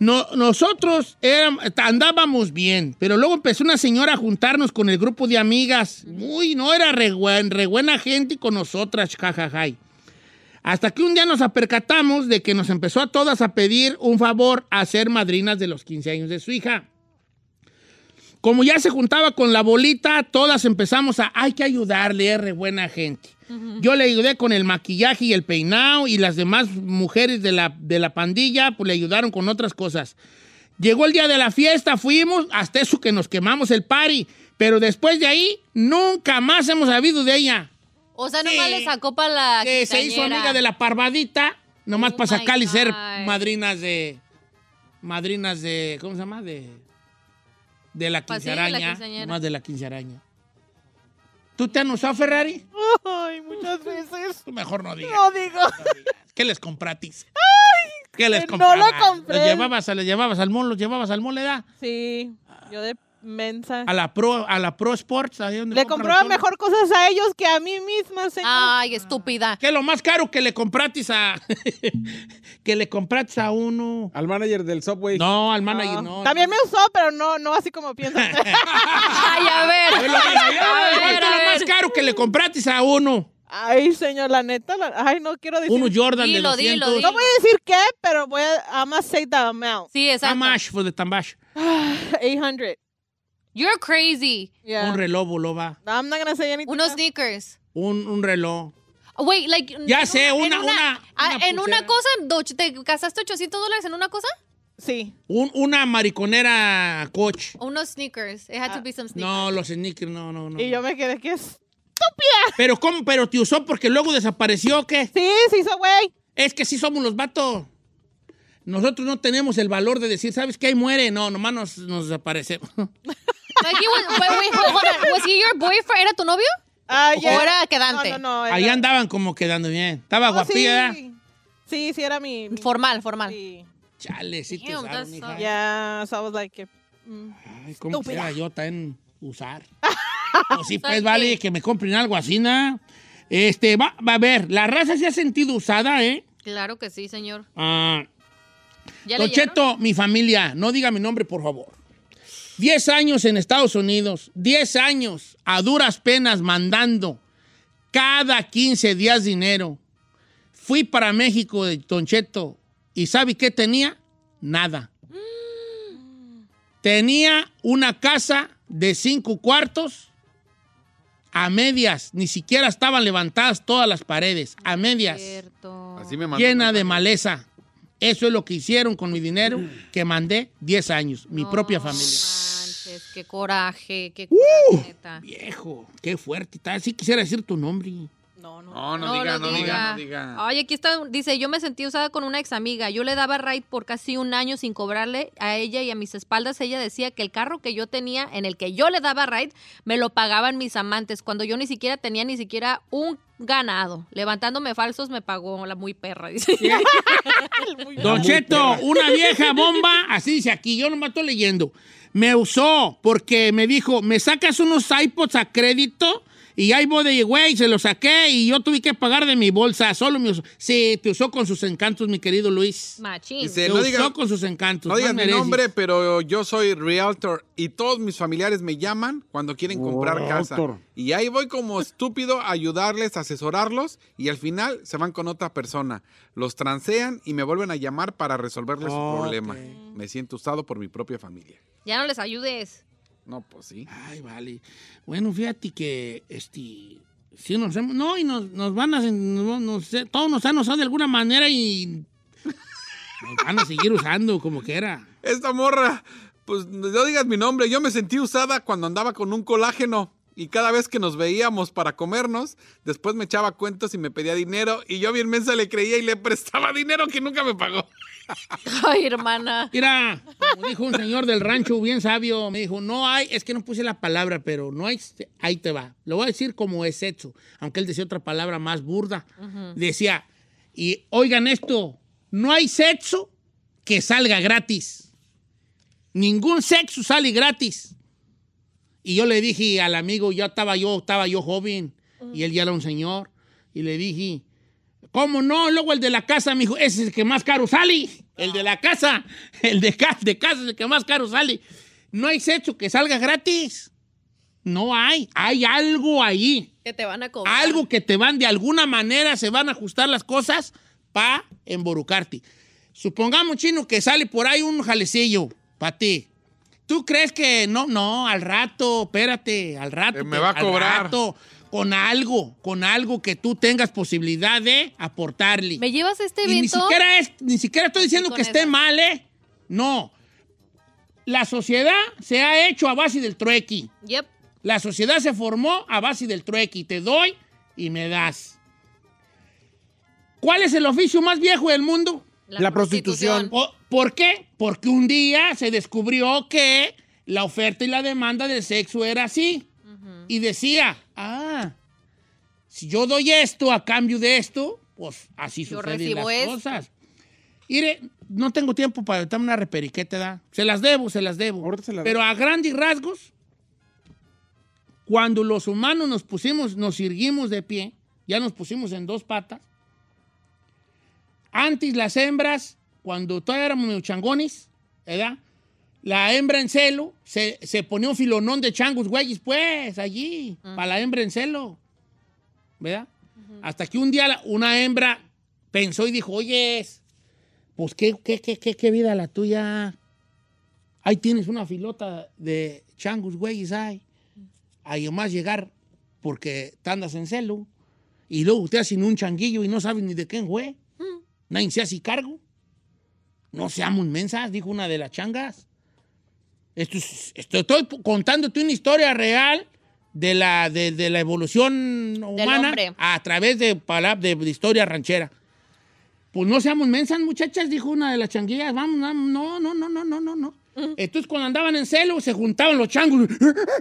[SPEAKER 1] No, nosotros éram- andábamos bien, pero luego empezó una señora a juntarnos con el grupo de amigas. Uy, no era re, buen- re buena gente y con nosotras, jajajay. Hasta que un día nos apercatamos de que nos empezó a todas a pedir un favor a ser madrinas de los 15 años de su hija. Como ya se juntaba con la bolita, todas empezamos a, hay que ayudarle, es re buena gente. Yo le ayudé con el maquillaje y el peinado y las demás mujeres de la, de la pandilla, pues le ayudaron con otras cosas. Llegó el día de la fiesta, fuimos, hasta eso que nos quemamos el party, pero después de ahí nunca más hemos sabido de ella.
[SPEAKER 2] O sea, nomás
[SPEAKER 1] Sí.
[SPEAKER 2] le sacó para la
[SPEAKER 1] Que se hizo
[SPEAKER 2] quinceañera.
[SPEAKER 1] amiga de la parvadita, nomás
[SPEAKER 2] Oh
[SPEAKER 1] para
[SPEAKER 2] my
[SPEAKER 1] sacar y ser
[SPEAKER 2] God.
[SPEAKER 1] madrinas de, madrinas de, ¿cómo se llama? De, de la
[SPEAKER 2] Pues sí, de la
[SPEAKER 1] quincearaña,
[SPEAKER 2] quinceañera.
[SPEAKER 1] más de la quincearaña. ¿Tú te han usado Ferrari?
[SPEAKER 5] Ay, muchas veces.
[SPEAKER 1] Tú mejor no digas.
[SPEAKER 5] No digo.
[SPEAKER 1] ¿Qué les compratis? ¿Qué les
[SPEAKER 5] que no
[SPEAKER 1] comprabas?
[SPEAKER 5] lo compré.
[SPEAKER 1] Los llevabas, a- los llevabas al mall, los llevabas al mall, ¿verdad?
[SPEAKER 5] Sí, yo de mensa.
[SPEAKER 1] A la Pro, a la Pro Sports, ahí donde
[SPEAKER 5] Le
[SPEAKER 1] compran
[SPEAKER 5] compraba
[SPEAKER 1] todo.
[SPEAKER 5] mejor cosas a ellos que a mí misma, señor.
[SPEAKER 2] Ay, estúpida.
[SPEAKER 1] ¿Qué es lo más caro que le compratis a que le compratis a uno?
[SPEAKER 3] Al manager del Subway.
[SPEAKER 1] No, al
[SPEAKER 5] Ah,
[SPEAKER 1] manager no.
[SPEAKER 5] También me usó, pero no, no así como piensa. usted.
[SPEAKER 2] Ay, a ver.
[SPEAKER 1] A ver, lo que-
[SPEAKER 2] A ver,
[SPEAKER 1] ¿Cuánto
[SPEAKER 2] a
[SPEAKER 1] es lo
[SPEAKER 2] ver.
[SPEAKER 1] más caro que le compratis a uno?
[SPEAKER 5] Ay, señor, la neta, la- ay, no quiero decir.
[SPEAKER 1] Uno Jordan
[SPEAKER 2] Dilo,
[SPEAKER 1] de
[SPEAKER 2] dilo,
[SPEAKER 1] 200.
[SPEAKER 2] dilo.
[SPEAKER 5] No voy a decir qué, pero voy a I'm gonna say the amount.
[SPEAKER 2] Sí,
[SPEAKER 1] How
[SPEAKER 2] exacto.
[SPEAKER 1] much for the tambash?
[SPEAKER 5] 800.
[SPEAKER 2] You're crazy.
[SPEAKER 5] Yeah.
[SPEAKER 1] Un reloj, boloba.
[SPEAKER 5] No, I'm not gonna say anything.
[SPEAKER 2] Unos sneakers.
[SPEAKER 1] Un, un reloj.
[SPEAKER 2] Wait, like...
[SPEAKER 1] Ya
[SPEAKER 2] en
[SPEAKER 1] sé,
[SPEAKER 2] en
[SPEAKER 1] una- una-
[SPEAKER 2] ah,
[SPEAKER 1] una
[SPEAKER 2] ¿En
[SPEAKER 1] pulsera.
[SPEAKER 2] una cosa? do- ¿Te gastaste 800 dólares en una cosa?
[SPEAKER 5] Sí.
[SPEAKER 1] Un- una mariconera coach.
[SPEAKER 2] O unos sneakers. It had to be some sneakers.
[SPEAKER 1] Ah, No, los sneakers, no, no, no.
[SPEAKER 5] Y yo me quedé que es.
[SPEAKER 1] Pero cómo, pero te usó porque luego desapareció, ¿o ¿qué?
[SPEAKER 5] Sí, sí, hizo güey.
[SPEAKER 1] Es que sí somos los vatos. Nosotros no tenemos el valor de decir, ¿sabes qué? Ahí muere. No, nomás nos, nos desaparecemos.
[SPEAKER 2] Like he was, wait, wait, hold on. Was he your boyfriend? ¿Era tu novio?
[SPEAKER 5] Ah, ya.
[SPEAKER 2] era quedante.
[SPEAKER 5] No, no, no.
[SPEAKER 1] Ahí andaban como quedando bien. Estaba
[SPEAKER 5] Oh,
[SPEAKER 1] guapilla, ¿verdad?
[SPEAKER 5] sí. sí, sí, era mi. mi-
[SPEAKER 2] Formal, formal.
[SPEAKER 5] sí.
[SPEAKER 1] Chale, sí te
[SPEAKER 2] Damn,
[SPEAKER 1] usaron,
[SPEAKER 2] that's
[SPEAKER 1] hija.
[SPEAKER 2] so-
[SPEAKER 5] Yeah, so I was like, eh, mm.
[SPEAKER 1] Ay, ¿cómo quisiera yo también usar? Pues sí, pues
[SPEAKER 2] ¿Sabes
[SPEAKER 1] vale,
[SPEAKER 2] qué?
[SPEAKER 1] que me compren algo así, na. Este, va, va a ver, la raza se ha sentido usada, ¿eh?
[SPEAKER 2] Claro que sí, señor.
[SPEAKER 1] Ah,
[SPEAKER 2] ¿Ya
[SPEAKER 1] Don
[SPEAKER 2] leyeron?
[SPEAKER 1] Cheto, mi familia, no diga mi nombre, por favor. Diez años en Estados Unidos, diez años a duras penas mandando cada 15 días dinero. Fui para México, eh, Don Cheto, y ¿sabe qué tenía? Nada. Tenía una casa de cinco cuartos a medias, ni siquiera estaban levantadas todas las paredes, a medias
[SPEAKER 2] Cierto.
[SPEAKER 4] Así me mandó.
[SPEAKER 1] llena de maleza. Eso es lo que hicieron con mi dinero que mandé 10 años, mi
[SPEAKER 2] No
[SPEAKER 1] propia familia. ¡Uh!
[SPEAKER 2] manches, qué coraje, qué coraje, neta.
[SPEAKER 1] Viejo, qué fuerte. está. Sí quisiera decir tu nombre.
[SPEAKER 5] no, no.
[SPEAKER 4] No, no, diga, no diga, no diga.
[SPEAKER 2] Ay, aquí está, dice, yo me sentí usada con una ex amiga. Yo le daba ride por casi un año sin cobrarle a ella y a mis espaldas ella decía que el carro que yo tenía, en el que yo le daba ride, me lo pagaban mis amantes cuando yo ni siquiera tenía ni siquiera un ganado. Levantándome falsos me pagó la muy perra, dice.
[SPEAKER 1] Don Cheto, una vieja bomba, así dice aquí, yo nomás estoy leyendo. Me usó porque me dijo, me sacas unos iPods a crédito y ahí voy de güey, se los saqué y yo tuve que pagar de mi bolsa, solo me usó. Sí, te usó con sus encantos, mi querido Luis.
[SPEAKER 2] Machín.
[SPEAKER 4] Dice,
[SPEAKER 1] Te
[SPEAKER 4] no
[SPEAKER 1] usó
[SPEAKER 4] diga,
[SPEAKER 1] con sus encantos.
[SPEAKER 4] no digas
[SPEAKER 1] más
[SPEAKER 4] mi
[SPEAKER 1] mereces.
[SPEAKER 4] nombre, pero yo soy realtor y todos mis familiares me llaman cuando quieren comprar
[SPEAKER 3] Realtor.
[SPEAKER 4] casa. Y ahí voy como estúpido a ayudarles, a asesorarlos y al final se van con otra persona. Los transean y me vuelven a llamar para resolverles su problema. Me siento usado por mi propia familia.
[SPEAKER 2] Ya no les ayudes.
[SPEAKER 4] No, pues sí.
[SPEAKER 1] Ay, vale. Bueno, fíjate que, este, si nos hemos, no, y nos, nos van a, no, no sé, todos nos han usado de alguna manera y nos van a seguir usando como que era.
[SPEAKER 4] Esta morra, pues no digas mi nombre, yo me sentí usada cuando andaba con un colágeno. Y cada vez que nos veíamos para comernos, después me echaba cuentos y me pedía dinero. Y yo bien mensa le creía y le prestaba dinero que nunca me pagó.
[SPEAKER 2] Ay, hermana.
[SPEAKER 1] Mira, como dijo un señor del rancho bien sabio, me dijo, no hay, es que no puse la palabra, pero no hay, ahí te va. Lo voy a decir como es hecho, aunque él decía otra palabra más burda. Decía, y oigan esto, no hay sexo que salga gratis. Ningún sexo sale gratis. Y yo le dije al amigo, yo estaba yo, estaba yo joven, y él ya era un señor, y le dije, ¿Cómo no? Luego el de la casa, mijo, ese es el que más caro sale. El de la casa, el de, ca- de casa es el que más caro sale. No hay sexo que salga gratis. No hay. Hay algo ahí.
[SPEAKER 2] Que te van a cobrar.
[SPEAKER 1] Algo que te van, de alguna manera se van a ajustar las cosas para emborucarte. Supongamos, chino, que sale por ahí un jalecillo para ti. ¿Tú crees que no? No, al rato, espérate, al rato.
[SPEAKER 4] Eh, me
[SPEAKER 1] te-
[SPEAKER 4] va a
[SPEAKER 1] al
[SPEAKER 4] cobrar.
[SPEAKER 1] rato, con algo, con algo que tú tengas posibilidad de aportarle.
[SPEAKER 2] ¿Me llevas a este
[SPEAKER 1] Y ni
[SPEAKER 2] evento?
[SPEAKER 1] siquiera, es, ni siquiera estoy diciendo
[SPEAKER 2] con
[SPEAKER 1] que esté
[SPEAKER 2] eso.
[SPEAKER 1] mal, ¿eh? No. La sociedad se ha hecho a base del truequi.
[SPEAKER 2] Yep.
[SPEAKER 1] La sociedad se formó a base del trueque. Te doy y me das. ¿Cuál es el oficio más viejo del mundo?
[SPEAKER 3] La prostitución.
[SPEAKER 1] O- ¿Por qué? Porque un día se descubrió que la oferta y la demanda del sexo era así. Y decía, ah, si yo doy esto a cambio de esto, pues así
[SPEAKER 2] Yo
[SPEAKER 1] suceden las
[SPEAKER 2] recibo esto.
[SPEAKER 1] cosas. Mire, no tengo tiempo para darme una reperiqueta, ¿da? Se las debo, se las debo.
[SPEAKER 3] Ahorita se la-
[SPEAKER 1] Pero a grandes rasgos, cuando los humanos nos pusimos, nos irguimos de pie, ya nos pusimos en dos patas, antes las hembras, cuando todavía éramos medio changones, ¿verdad? La hembra en celo, se, se ponía un filonón de changos, güeyes, pues, allí, para la hembra en celo, ¿verdad? Hasta que un día la- una hembra pensó y dijo, oye, pues qué, qué, qué, qué, qué vida la tuya. Ahí tienes una filota de changos, güeyes, ahí. Ahí más llegar porque te andas en celo. Y luego te hacen un changuillo y no sabes ni de quién fue. Nadie se hace cargo. No seamos mensas, dijo una de las changas. Esto es- esto- estoy contándote una historia real de la, de, de la evolución humana
[SPEAKER 2] hombre.
[SPEAKER 1] a través de, pala- de, de historia ranchera. Pues no seamos mensas, muchachas, dijo una de las changuillas. Vamos, vamos, no, no, no, no, no, no, no. Entonces cuando andaban en celo se juntaban los changos.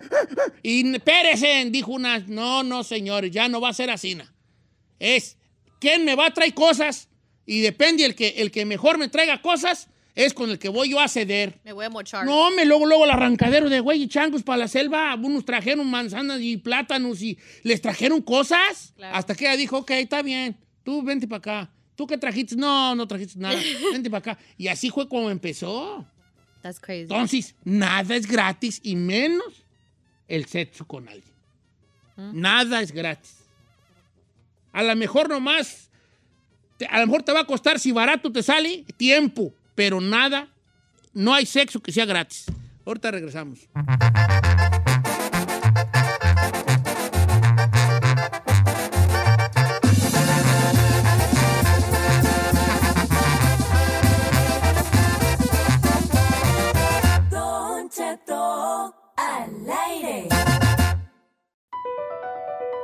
[SPEAKER 1] Y pérecen, dijo una. No, no, señores, ya no va a ser así. na. Es quién me va a traer cosas y depende el que, el que mejor me traiga cosas es con el que voy yo a ceder.
[SPEAKER 2] Me voy a mochar.
[SPEAKER 1] No, me luego, luego el arrancadero de güey y changos para la selva. Unos trajeron manzanas y plátanos y les trajeron cosas.
[SPEAKER 2] Claro.
[SPEAKER 1] Hasta que ella dijo, ok, está bien, tú vente para acá. ¿Tú qué trajiste? No, no trajiste nada. Vente para acá. Y así fue como empezó.
[SPEAKER 2] That's crazy.
[SPEAKER 1] Entonces, nada es gratis y menos el sexo con alguien. Nada es gratis. A lo mejor nomás, te- a lo mejor te va a costar, si barato te sale, tiempo, pero nada, no hay sexo que sea gratis. Ahorita regresamos.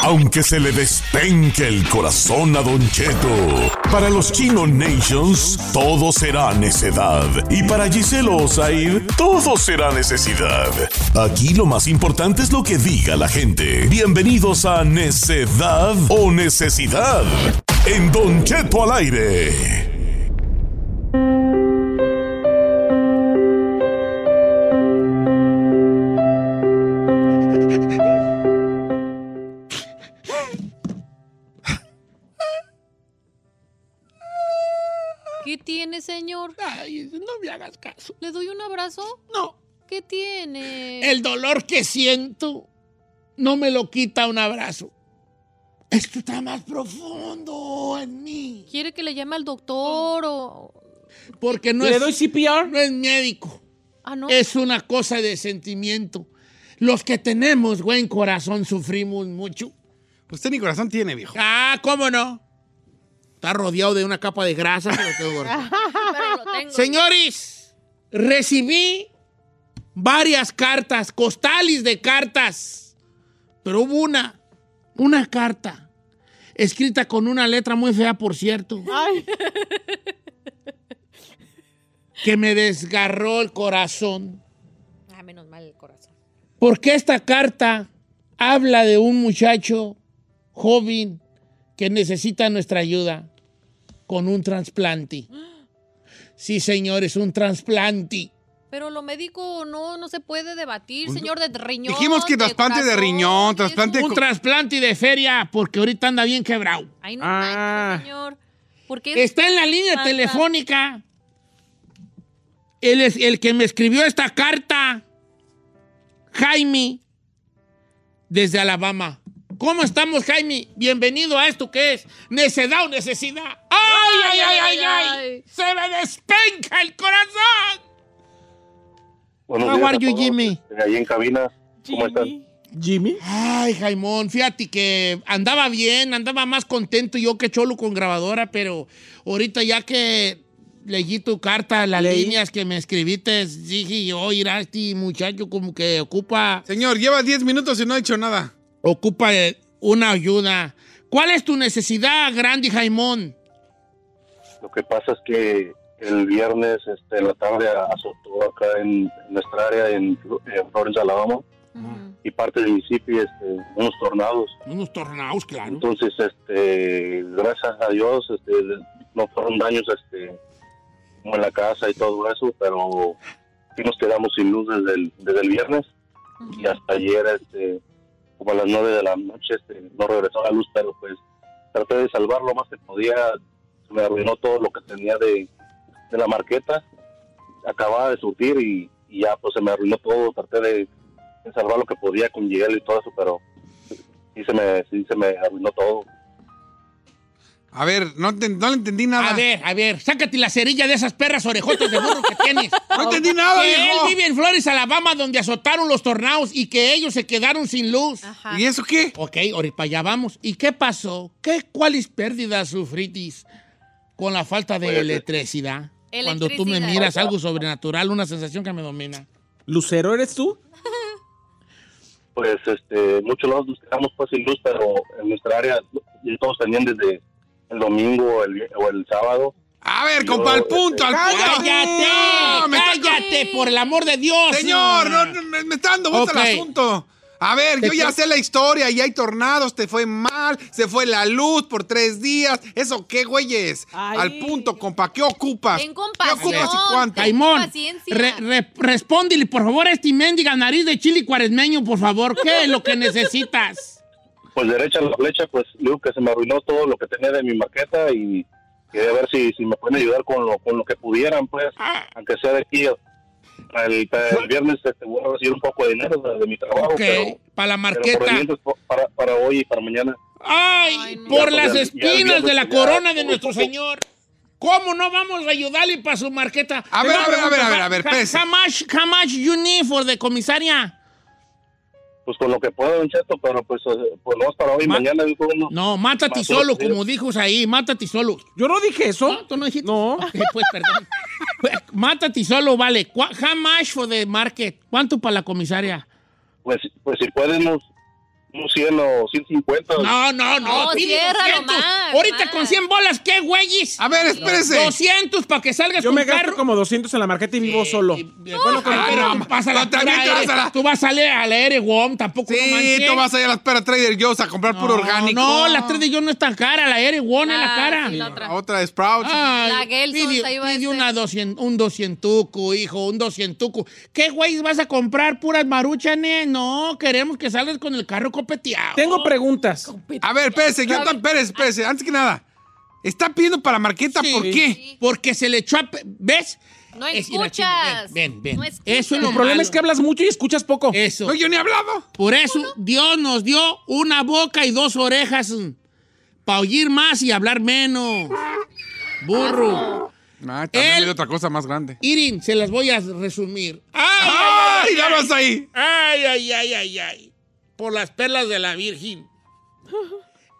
[SPEAKER 7] Aunque se le despenque el corazón a Don Cheto, para los Chino Nations todo será necedad. Y para Gisela Osair, todo será necesidad. Aquí lo más importante es lo que diga la gente. Bienvenidos a Necedad o Necesidad en Don Cheto al aire.
[SPEAKER 2] ¿Qué tiene, señor?
[SPEAKER 1] Ay, no me hagas caso.
[SPEAKER 2] ¿Le doy un abrazo?
[SPEAKER 1] No,
[SPEAKER 2] ¿Qué tiene?
[SPEAKER 1] el dolor que siento no me lo quita un abrazo. Esto está más profundo en mí.
[SPEAKER 2] ¿Quiere que le llame al doctor o...?
[SPEAKER 1] Porque no
[SPEAKER 3] ¿Le
[SPEAKER 1] es,
[SPEAKER 3] doy CPR?
[SPEAKER 1] no es médico.
[SPEAKER 2] Ah, no.
[SPEAKER 1] Es una cosa de sentimiento. Los que tenemos buen corazón sufrimos mucho.
[SPEAKER 4] Usted ni corazón tiene, viejo.
[SPEAKER 1] Ah, ¿cómo no? Está rodeado de una capa de grasa. pero qué gordo.
[SPEAKER 2] Pero Este lo tengo.
[SPEAKER 1] Señores, recibí varias cartas, costales de cartas, pero hubo una, una carta, escrita con una letra muy fea, por cierto,
[SPEAKER 5] Ay,
[SPEAKER 1] que me desgarró el corazón.
[SPEAKER 2] Ah, menos mal el corazón.
[SPEAKER 1] Porque esta carta habla de un muchacho joven que necesita nuestra ayuda con un trasplante. Sí, señores, un trasplante.
[SPEAKER 2] Pero lo médico no, no se puede debatir,
[SPEAKER 1] Pues
[SPEAKER 4] Un-
[SPEAKER 2] señor, de riñón.
[SPEAKER 4] Dijimos que
[SPEAKER 2] de
[SPEAKER 4] trasplante de
[SPEAKER 2] corazón,
[SPEAKER 4] riñón,
[SPEAKER 2] eso.
[SPEAKER 4] trasplante-
[SPEAKER 1] Un trasplante de feria, porque ahorita anda bien quebrado.
[SPEAKER 2] Ay, no
[SPEAKER 3] Ah.
[SPEAKER 2] manches, señor. ¿Por qué?
[SPEAKER 1] Está en la línea
[SPEAKER 2] Pasa.
[SPEAKER 1] telefónica. Él es el que me escribió esta carta. Jaime, desde Alabama. ¿Cómo estamos, Jaime? Bienvenido a esto que es necedad o necesidad. ¡Ay, ay, ay, ay, ay!
[SPEAKER 2] ay.
[SPEAKER 1] se me despenca el corazón!
[SPEAKER 8] Buenos
[SPEAKER 1] How
[SPEAKER 8] días
[SPEAKER 1] are
[SPEAKER 8] a
[SPEAKER 1] you,
[SPEAKER 8] todos
[SPEAKER 1] Jimmy?
[SPEAKER 8] desde Ahí en cabina. ¿Cómo están?
[SPEAKER 5] Jimmy.
[SPEAKER 3] ¿Jimmy?
[SPEAKER 1] Ay, Jaimón, fíjate que andaba bien, andaba más contento yo que Cholo con grabadora, pero ahorita ya que leí tu carta, las
[SPEAKER 3] Leí.
[SPEAKER 1] líneas que me escribiste, dije yo, irá este muchacho como que ocupa,
[SPEAKER 4] Señor, lleva 10 minutos y no ha hecho nada.
[SPEAKER 1] ocupa eh, una ayuda. ¿Cuál es tu necesidad grande, Jaimón?
[SPEAKER 8] Lo que pasa es que el viernes este, en la tarde azotó acá en nuestra área, en, Flo- en Florence, Alabama,
[SPEAKER 2] Ujú.
[SPEAKER 8] y parte del municipio, este, unos tornados.
[SPEAKER 1] Unos tornados, claro.
[SPEAKER 8] Entonces, este, gracias a Dios, este, no fueron daños este, como en la casa y todo eso, pero sí nos quedamos sin luz desde el, desde el viernes y hasta ayer, este, como a las nueve de la noche, este, no regresó la luz, pero pues traté de salvar lo más que podía me arruinó todo lo que tenía de, de la marqueta. Acababa de surtir y, y ya pues se me arruinó todo. Traté de, de salvar lo que podía con hielo y todo eso, pero sí se me, sí se me arruinó todo.
[SPEAKER 4] A ver, no, te- no le entendí nada.
[SPEAKER 1] A ver, a ver, sácate la cerilla de esas perras orejotas de burro que tienes.
[SPEAKER 4] No entendí nada,
[SPEAKER 1] Que él
[SPEAKER 4] viejo.
[SPEAKER 1] vive en Flores, Alabama, donde azotaron los tornados y que ellos se quedaron sin luz.
[SPEAKER 2] Ajá.
[SPEAKER 4] ¿Y eso qué?
[SPEAKER 1] Ok, ahorita allá vamos. ¿Y qué pasó? ¿Qué, ¿Cuáles pérdidas sufritis con la falta de
[SPEAKER 4] eh,
[SPEAKER 8] Pues,
[SPEAKER 1] electricidad? Cuando tú me
[SPEAKER 2] Electricidad.
[SPEAKER 1] miras algo sobrenatural, una sensación que me domina.
[SPEAKER 3] ¿Lucero eres tú?
[SPEAKER 8] Pues este, muchos lados nos quedamos pues sin luz, pero en nuestra área y todos tenían desde el domingo o el, vi- o el sábado.
[SPEAKER 4] A ver, compa, al punto, al punto.
[SPEAKER 1] ¡Cállate!
[SPEAKER 4] No, ¡Ah! me está- ¡Ah!
[SPEAKER 1] ¡Cállate, por el amor de Dios!
[SPEAKER 4] Señor, no, no, me me está dando vuelta
[SPEAKER 1] Ok.
[SPEAKER 4] el asunto. A ver, yo ya sé la historia, y hay tornados, te fue mal, se fue la luz por tres días. ¿Eso qué, güeyes?
[SPEAKER 5] Ay.
[SPEAKER 4] Al punto, compa, ¿qué ocupas?
[SPEAKER 2] Ten
[SPEAKER 4] ¿Qué
[SPEAKER 2] compasión.
[SPEAKER 4] ocupas y cuánto?
[SPEAKER 2] Ten
[SPEAKER 1] Caimón,
[SPEAKER 2] paciencia.
[SPEAKER 1] re- re- respóndele, por favor, a este mendiga nariz de chili cuaresmeño, por favor. ¿Qué es lo que necesitas?
[SPEAKER 8] Pues derecha a la flecha, pues le digo que se me arruinó todo lo que tenía de mi maqueta y quería ver si, si me pueden ayudar con lo, con lo que pudieran, pues, aunque sea de aquí. para El, para el viernes este, voy a recibir un poco de dinero de, de mi trabajo,
[SPEAKER 1] Ok,
[SPEAKER 8] pero-
[SPEAKER 1] para la
[SPEAKER 8] pero, por
[SPEAKER 1] marqueta.
[SPEAKER 8] el mientras, po- para, para hoy y para mañana.
[SPEAKER 1] ¡Ay!
[SPEAKER 2] Ay, no.
[SPEAKER 1] Por
[SPEAKER 8] Ya,
[SPEAKER 1] las
[SPEAKER 8] ya, ya,
[SPEAKER 1] espinas
[SPEAKER 8] ya,
[SPEAKER 1] de la
[SPEAKER 8] ya.
[SPEAKER 1] corona de nuestro Señor. ¿Cómo no vamos a ayudarle para su marqueta?
[SPEAKER 4] A
[SPEAKER 1] Le
[SPEAKER 4] ver,
[SPEAKER 1] voy
[SPEAKER 4] a ver, a ver, a ver,
[SPEAKER 1] preguntar,
[SPEAKER 4] a ver,
[SPEAKER 1] "How-
[SPEAKER 4] espérese.
[SPEAKER 1] how much- how much you need for the comisaria?
[SPEAKER 8] Pues con lo que pueda, don Cheto, pero pues, eh, pues no es para hoy y
[SPEAKER 1] Ma-
[SPEAKER 8] mañana, dijo uno.
[SPEAKER 1] No, mátate
[SPEAKER 8] Más
[SPEAKER 1] solo,
[SPEAKER 8] otro.
[SPEAKER 1] como dijo ahí, mátate solo.
[SPEAKER 3] Yo no dije
[SPEAKER 1] No,
[SPEAKER 3] eso.
[SPEAKER 1] tú no dijiste.
[SPEAKER 3] No.
[SPEAKER 1] Ok, pues, perdón. Pues, mátate solo, vale. Cu- How much for the market? ¿Cuánto para la comisaria?
[SPEAKER 8] Pues, pues si pueden, unos, unos 100 o 150.
[SPEAKER 1] No, no, no.
[SPEAKER 2] No,
[SPEAKER 1] tiene
[SPEAKER 2] ciérralo
[SPEAKER 1] 200.
[SPEAKER 2] más,
[SPEAKER 1] Ahorita
[SPEAKER 2] más.
[SPEAKER 1] con 100 bolas, ¿qué, güeyes?
[SPEAKER 4] A ver, espérese.
[SPEAKER 1] 200 para que salgas
[SPEAKER 3] Yo
[SPEAKER 1] con
[SPEAKER 3] me gasto
[SPEAKER 1] carro.
[SPEAKER 3] como 200 en la marqueta y vivo solo.
[SPEAKER 1] Bueno, con
[SPEAKER 4] Ah,
[SPEAKER 1] pero
[SPEAKER 4] no,
[SPEAKER 1] pasa la
[SPEAKER 4] no, también
[SPEAKER 1] pura
[SPEAKER 4] te vas
[SPEAKER 1] aire.
[SPEAKER 4] a la-
[SPEAKER 1] Tú vas a leer a leer Wom, tampoco no
[SPEAKER 4] Sí,
[SPEAKER 1] manches.
[SPEAKER 4] tú vas allá a las perras Trader Joe's a comprar puro
[SPEAKER 1] No,
[SPEAKER 4] orgánico.
[SPEAKER 1] No, la 3 de yo no es tan cara, la Ere Wom es la
[SPEAKER 2] Ah,
[SPEAKER 1] cara.
[SPEAKER 2] sí, la otra.
[SPEAKER 4] Otra de Sprouts.
[SPEAKER 1] Ay,
[SPEAKER 2] La Gelson,
[SPEAKER 1] pide,
[SPEAKER 2] ahí va
[SPEAKER 1] pide
[SPEAKER 2] este.
[SPEAKER 1] una 200, un doscientuco, hijo, un doscientuco. ¿Qué güey vas a comprar puras maruchas, ne? No, queremos que salgas con el carro copeteado.
[SPEAKER 3] Tengo preguntas.
[SPEAKER 4] A ver, espérese, yo tam- espérese, espérese. Antes que nada, está pidiendo para la marqueta,
[SPEAKER 1] Sí.
[SPEAKER 4] ¿por qué?
[SPEAKER 1] Porque se le echó a... pe- ¿Ves?
[SPEAKER 2] No
[SPEAKER 1] Es- mira, chico,
[SPEAKER 2] escuchas.
[SPEAKER 1] Ven, ven, ven.
[SPEAKER 2] No
[SPEAKER 1] Eso es lo
[SPEAKER 2] escuchas.
[SPEAKER 3] El problema
[SPEAKER 1] malo.
[SPEAKER 3] es que hablas mucho y escuchas poco.
[SPEAKER 1] Eso.
[SPEAKER 4] No, yo ni he hablado.
[SPEAKER 1] Por eso Dios nos dio una boca y dos orejas para oír más y hablar menos. Burro.
[SPEAKER 4] Ah, también
[SPEAKER 1] Él-
[SPEAKER 4] me dio otra cosa más grande.
[SPEAKER 1] Irin, se las voy a resumir. ¡Ay,
[SPEAKER 4] ¡Ay, ya vas ahí!
[SPEAKER 1] ay, ay, ay, ay, ay, ay! Por las perlas de la Virgen.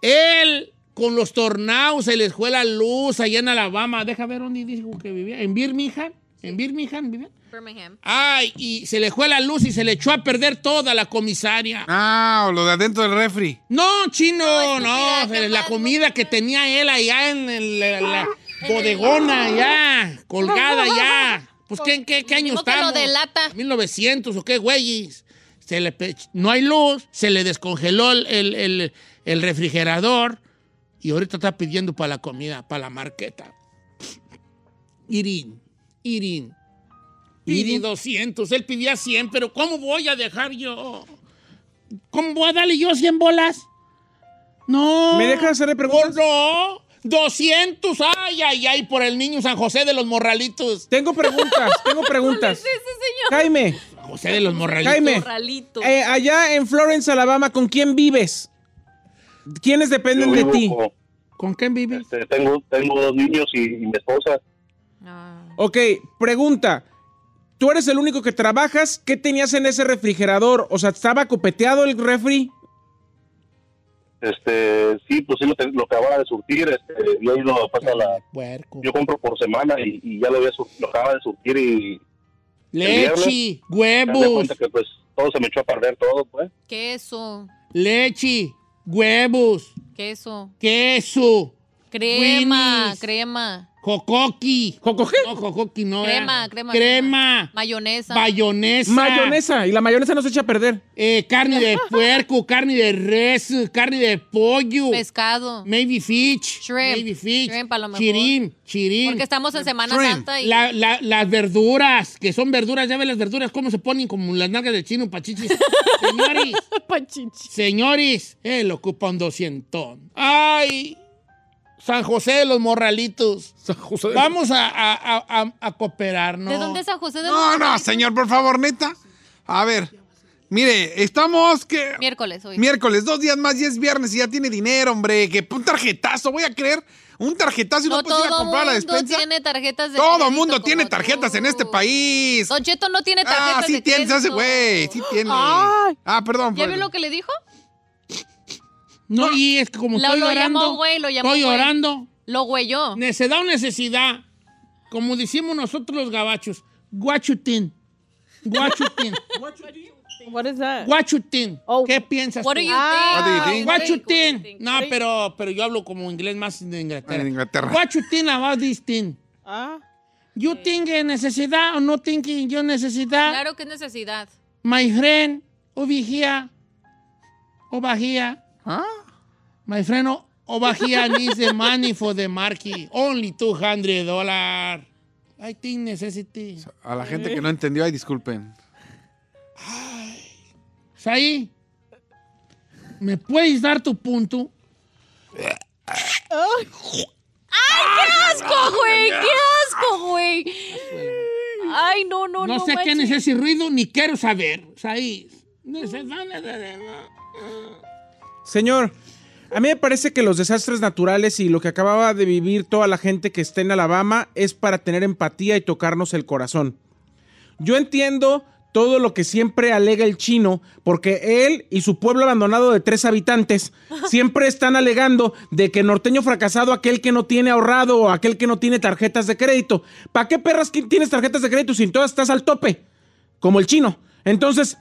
[SPEAKER 1] Él, con los tornados, se les fue la luz allá en Alabama. Deja ver dónde dijo que vivía. ¿En Birmingham? ¿En Birmingham vivía?
[SPEAKER 2] Birmingham.
[SPEAKER 1] Ay, y se le fue la luz y se le echó a perder toda la comisaria.
[SPEAKER 4] Ah, o lo de adentro del refri.
[SPEAKER 1] No, chino,
[SPEAKER 2] No,
[SPEAKER 1] no. eh,
[SPEAKER 2] estúpida, qué
[SPEAKER 1] la
[SPEAKER 2] mal,
[SPEAKER 1] comida que tenía él allá en el- la, la
[SPEAKER 2] Ah,
[SPEAKER 1] bodegona, ya, colgada ya. Pues, ¿qué, qué, qué año
[SPEAKER 2] Mínimo que lo
[SPEAKER 1] estamos?
[SPEAKER 2] delata.
[SPEAKER 1] 1900 o qué, güeyes. Se le pe- no hay luz, se le descongeló el, el- el- el refrigerador y ahorita está pidiendo para la comida, para la marqueta. Irín, Irín. Pide 200, él pidía 100, pero ¿cómo voy a dejar yo? ¿Cómo voy a darle yo 100 bolas? No. Pues
[SPEAKER 3] ¿Me dejas hacerle preguntas?
[SPEAKER 1] No, 200, ay, ay, ay, por el niño San José de los Morralitos.
[SPEAKER 3] Tengo preguntas, tengo preguntas. Jaime,
[SPEAKER 1] José de los Morralitos.
[SPEAKER 3] Jaime.
[SPEAKER 2] Ralito.
[SPEAKER 3] eh, allá en Florence, Alabama, ¿con quién vives? ¿Quiénes
[SPEAKER 8] Yo
[SPEAKER 3] dependen de
[SPEAKER 8] vivo
[SPEAKER 3] ti?
[SPEAKER 8] con-
[SPEAKER 1] ¿Con quién vives?
[SPEAKER 8] este, tengo, tengo dos niños y, y mi esposa.
[SPEAKER 2] Ah.
[SPEAKER 3] Ok, pregunta. Tú eres el único que trabajas. ¿Qué tenías en ese refrigerador? O sea, ¿estaba copeteado el refri?
[SPEAKER 8] Este, sí, pues sí, lo, te- lo acababa de surtir. Este, yo, he ido, pues, a la,
[SPEAKER 1] Puerco.
[SPEAKER 8] yo compro por semana y, y ya lo, había, sur- lo acababa de surtir y
[SPEAKER 1] Leche,
[SPEAKER 8] me di
[SPEAKER 1] huevos,
[SPEAKER 8] cuenta que pues todo se me echó a perder todo, pues.
[SPEAKER 2] Queso.
[SPEAKER 1] leche, huevos,
[SPEAKER 2] Queso.
[SPEAKER 1] queso,
[SPEAKER 2] Crema.
[SPEAKER 1] Winnie's.
[SPEAKER 2] Crema.
[SPEAKER 1] jocoqui.
[SPEAKER 3] ¿Cocoje?
[SPEAKER 1] No, jocoqui no.
[SPEAKER 2] Crema,
[SPEAKER 1] era.
[SPEAKER 2] crema,
[SPEAKER 1] Crema,
[SPEAKER 2] Mayonesa.
[SPEAKER 1] mayonesa.
[SPEAKER 3] Mayonesa. Y la mayonesa no se echa a perder.
[SPEAKER 1] Eh, carne de puerco, carne de res, carne de pollo.
[SPEAKER 2] pescado.
[SPEAKER 1] Maybe fish.
[SPEAKER 2] Shrimp.
[SPEAKER 1] Maybe fish.
[SPEAKER 2] Shrimp a lo mejor.
[SPEAKER 1] Chirín, chirín.
[SPEAKER 2] Porque estamos en Semana
[SPEAKER 4] Shrimp.
[SPEAKER 2] Santa y
[SPEAKER 1] La- la- las verduras, que son verduras, ya ven las verduras, cómo se ponen como las nalgas de chino pachichis. señores, señores, él ocupa un doscientón. ¡Ay! San José de los Morralitos. Vamos a, a- a- a- a cooperarnos.
[SPEAKER 2] ¿De dónde es San José de los
[SPEAKER 4] No, no,
[SPEAKER 2] Morralitos?
[SPEAKER 4] señor, por favor, neta. A ver, mire, estamos que...
[SPEAKER 2] Miércoles hoy.
[SPEAKER 4] Miércoles, dos días más y es viernes y ya tiene dinero, hombre. Que un tarjetazo, voy a creer. Un tarjetazo y no,
[SPEAKER 2] no
[SPEAKER 4] puedes ir a
[SPEAKER 2] todo
[SPEAKER 4] comprar a la
[SPEAKER 2] mundo
[SPEAKER 4] despensa.
[SPEAKER 2] tiene tarjetas de
[SPEAKER 4] Todo
[SPEAKER 2] crédito
[SPEAKER 4] mundo
[SPEAKER 2] como
[SPEAKER 4] tiene tarjetas
[SPEAKER 2] tú.
[SPEAKER 4] en este país.
[SPEAKER 2] Don Cheto no tiene tarjetas
[SPEAKER 4] Ah, sí
[SPEAKER 2] de
[SPEAKER 4] tiene, se hace
[SPEAKER 2] crédito.
[SPEAKER 4] güey. Sí tiene.
[SPEAKER 5] Ay.
[SPEAKER 4] Ah, perdón.
[SPEAKER 2] ¿Ya
[SPEAKER 4] por-
[SPEAKER 2] vio lo que le dijo?
[SPEAKER 1] No, y es que como
[SPEAKER 2] Lo-
[SPEAKER 1] estoy
[SPEAKER 2] lo llamó,
[SPEAKER 1] llorando.
[SPEAKER 2] güey, lo llamó,
[SPEAKER 1] estoy
[SPEAKER 2] güey.
[SPEAKER 1] llorando.
[SPEAKER 2] Lo güeyó.
[SPEAKER 1] Necesidad o necesidad. Como decimos nosotros los gabachos. Guachutín. Guachutín.
[SPEAKER 5] What is that?
[SPEAKER 1] Guachutín.
[SPEAKER 5] Oh.
[SPEAKER 1] ¿Qué piensas?
[SPEAKER 2] What
[SPEAKER 1] tú?
[SPEAKER 2] do you
[SPEAKER 5] Ah,
[SPEAKER 2] think?
[SPEAKER 4] what do you think?
[SPEAKER 1] Guachutín. No, pero, pero yo hablo como inglés más de
[SPEAKER 4] Ah,
[SPEAKER 1] Inglaterra.
[SPEAKER 4] en Inglaterra.
[SPEAKER 1] Guachutín about this thing.
[SPEAKER 5] Ah.
[SPEAKER 1] You think eh, necesidad o no thinking yo necesidad.
[SPEAKER 2] Claro que es necesidad.
[SPEAKER 1] My friend over here. Over here.
[SPEAKER 2] ¿Ah?
[SPEAKER 1] My friend o- over here needs the money for the market. Only 200 dollars. I think necessity.
[SPEAKER 4] A la gente que
[SPEAKER 2] Eh.
[SPEAKER 4] no entendió, ay, disculpen.
[SPEAKER 1] Saí, ¿me puedes dar tu punto?
[SPEAKER 2] asco, güey! ¡Qué asco, güey! Ay, no, no, no.
[SPEAKER 1] No sé quién es
[SPEAKER 2] manches.
[SPEAKER 1] ese ruido ni quiero saber. Saí. necesidad, necesidad.
[SPEAKER 3] Señor, a mí me parece que los desastres naturales y lo que acababa de vivir toda la gente que está en Alabama es para tener empatía y tocarnos el corazón. Yo entiendo todo lo que siempre alega el chino, porque él y su pueblo abandonado de tres habitantes siempre están alegando de que norteño fracasado, aquel que no tiene ahorrado o aquel que no tiene tarjetas de crédito. ¿Para qué perras que tienes tarjetas de crédito si en todas estás al tope? Como el chino. Entonces,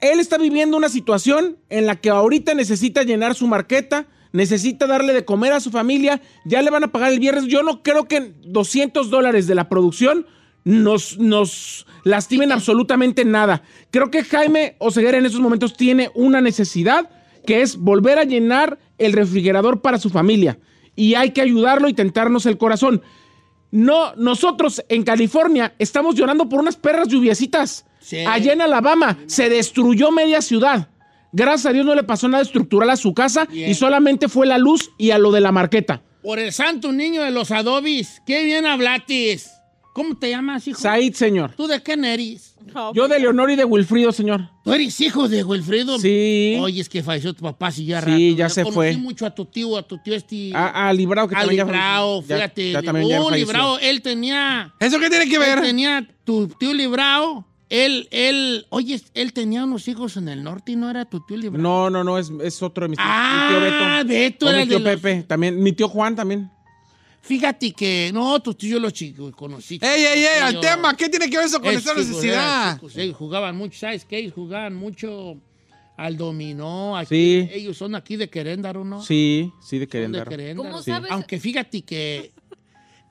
[SPEAKER 3] él está viviendo una situación en la que ahorita necesita llenar su marqueta, necesita darle de comer a su familia, ya le van a pagar el viernes. Yo no creo que 200 dólares de la producción nos, nos lastimen absolutamente nada. Creo que Jaime Oseguera en esos momentos tiene una necesidad que es volver a llenar el refrigerador para su familia. Y hay que ayudarlo y tentarnos el corazón. No, nosotros en California estamos llorando por unas perras lluviecitas.
[SPEAKER 1] Sí.
[SPEAKER 3] Allá en Alabama se destruyó media ciudad. Gracias a Dios no le pasó nada estructural a su casa
[SPEAKER 1] Bien.
[SPEAKER 3] y solamente fue la luz y a lo de la marqueta.
[SPEAKER 1] Por el santo niño de los adobis. Qué bien hablatis. ¿Cómo te llamas, hijo?
[SPEAKER 3] Said, señor.
[SPEAKER 1] ¿Tú de quién eres?
[SPEAKER 5] No,
[SPEAKER 3] Yo de Leonor y de Wilfrido, señor.
[SPEAKER 1] ¿Tú eres hijo de Wilfredo?
[SPEAKER 3] Sí.
[SPEAKER 1] Oye, es que falleció tu papá, si ya
[SPEAKER 3] Sí,
[SPEAKER 1] rato.
[SPEAKER 3] ya
[SPEAKER 1] Yo
[SPEAKER 3] se
[SPEAKER 1] conocí
[SPEAKER 3] fue.
[SPEAKER 1] mucho a tu tío, a tu tío este...
[SPEAKER 3] A, a Librao, que
[SPEAKER 1] a
[SPEAKER 3] también ya-
[SPEAKER 1] Librao,
[SPEAKER 3] ya-
[SPEAKER 1] fíjate.
[SPEAKER 3] ya también ya
[SPEAKER 1] oh,
[SPEAKER 3] falleció.
[SPEAKER 1] Librao, él tenía...
[SPEAKER 4] ¿Eso qué tiene que
[SPEAKER 1] Él
[SPEAKER 2] Este,
[SPEAKER 4] ver?
[SPEAKER 1] tenía tu tío Librao. Él, él, oye, él tenía unos hijos en el norte y no era tu tío Librao.
[SPEAKER 3] No, no, no, es, es otro de mis tíos.
[SPEAKER 1] Ah, Beto
[SPEAKER 3] O
[SPEAKER 1] era
[SPEAKER 3] mi
[SPEAKER 1] el
[SPEAKER 3] tío
[SPEAKER 1] de los-
[SPEAKER 3] Pepe también. Mi tío Juan también.
[SPEAKER 1] Fíjate que, no, tu tío yo los chicos conocí.
[SPEAKER 4] Ey, ey, ey, al
[SPEAKER 1] Yo-
[SPEAKER 4] tema. ¿Qué tiene que ver eso con
[SPEAKER 1] Esos
[SPEAKER 4] esta
[SPEAKER 1] chicos eran
[SPEAKER 4] necesidad?
[SPEAKER 1] chicos, ellos jugaban mucho, ¿sabes qué? Ellos jugaban mucho al dominó. Aquí,
[SPEAKER 3] Sí.
[SPEAKER 1] Ellos son aquí de Queréndaro, ¿no?
[SPEAKER 3] Sí, sí,
[SPEAKER 1] Son
[SPEAKER 3] de
[SPEAKER 1] de
[SPEAKER 3] Querétaro.
[SPEAKER 1] Queréndaro.
[SPEAKER 2] ¿Cómo
[SPEAKER 3] Sí.
[SPEAKER 2] sabes?
[SPEAKER 1] Aunque fíjate que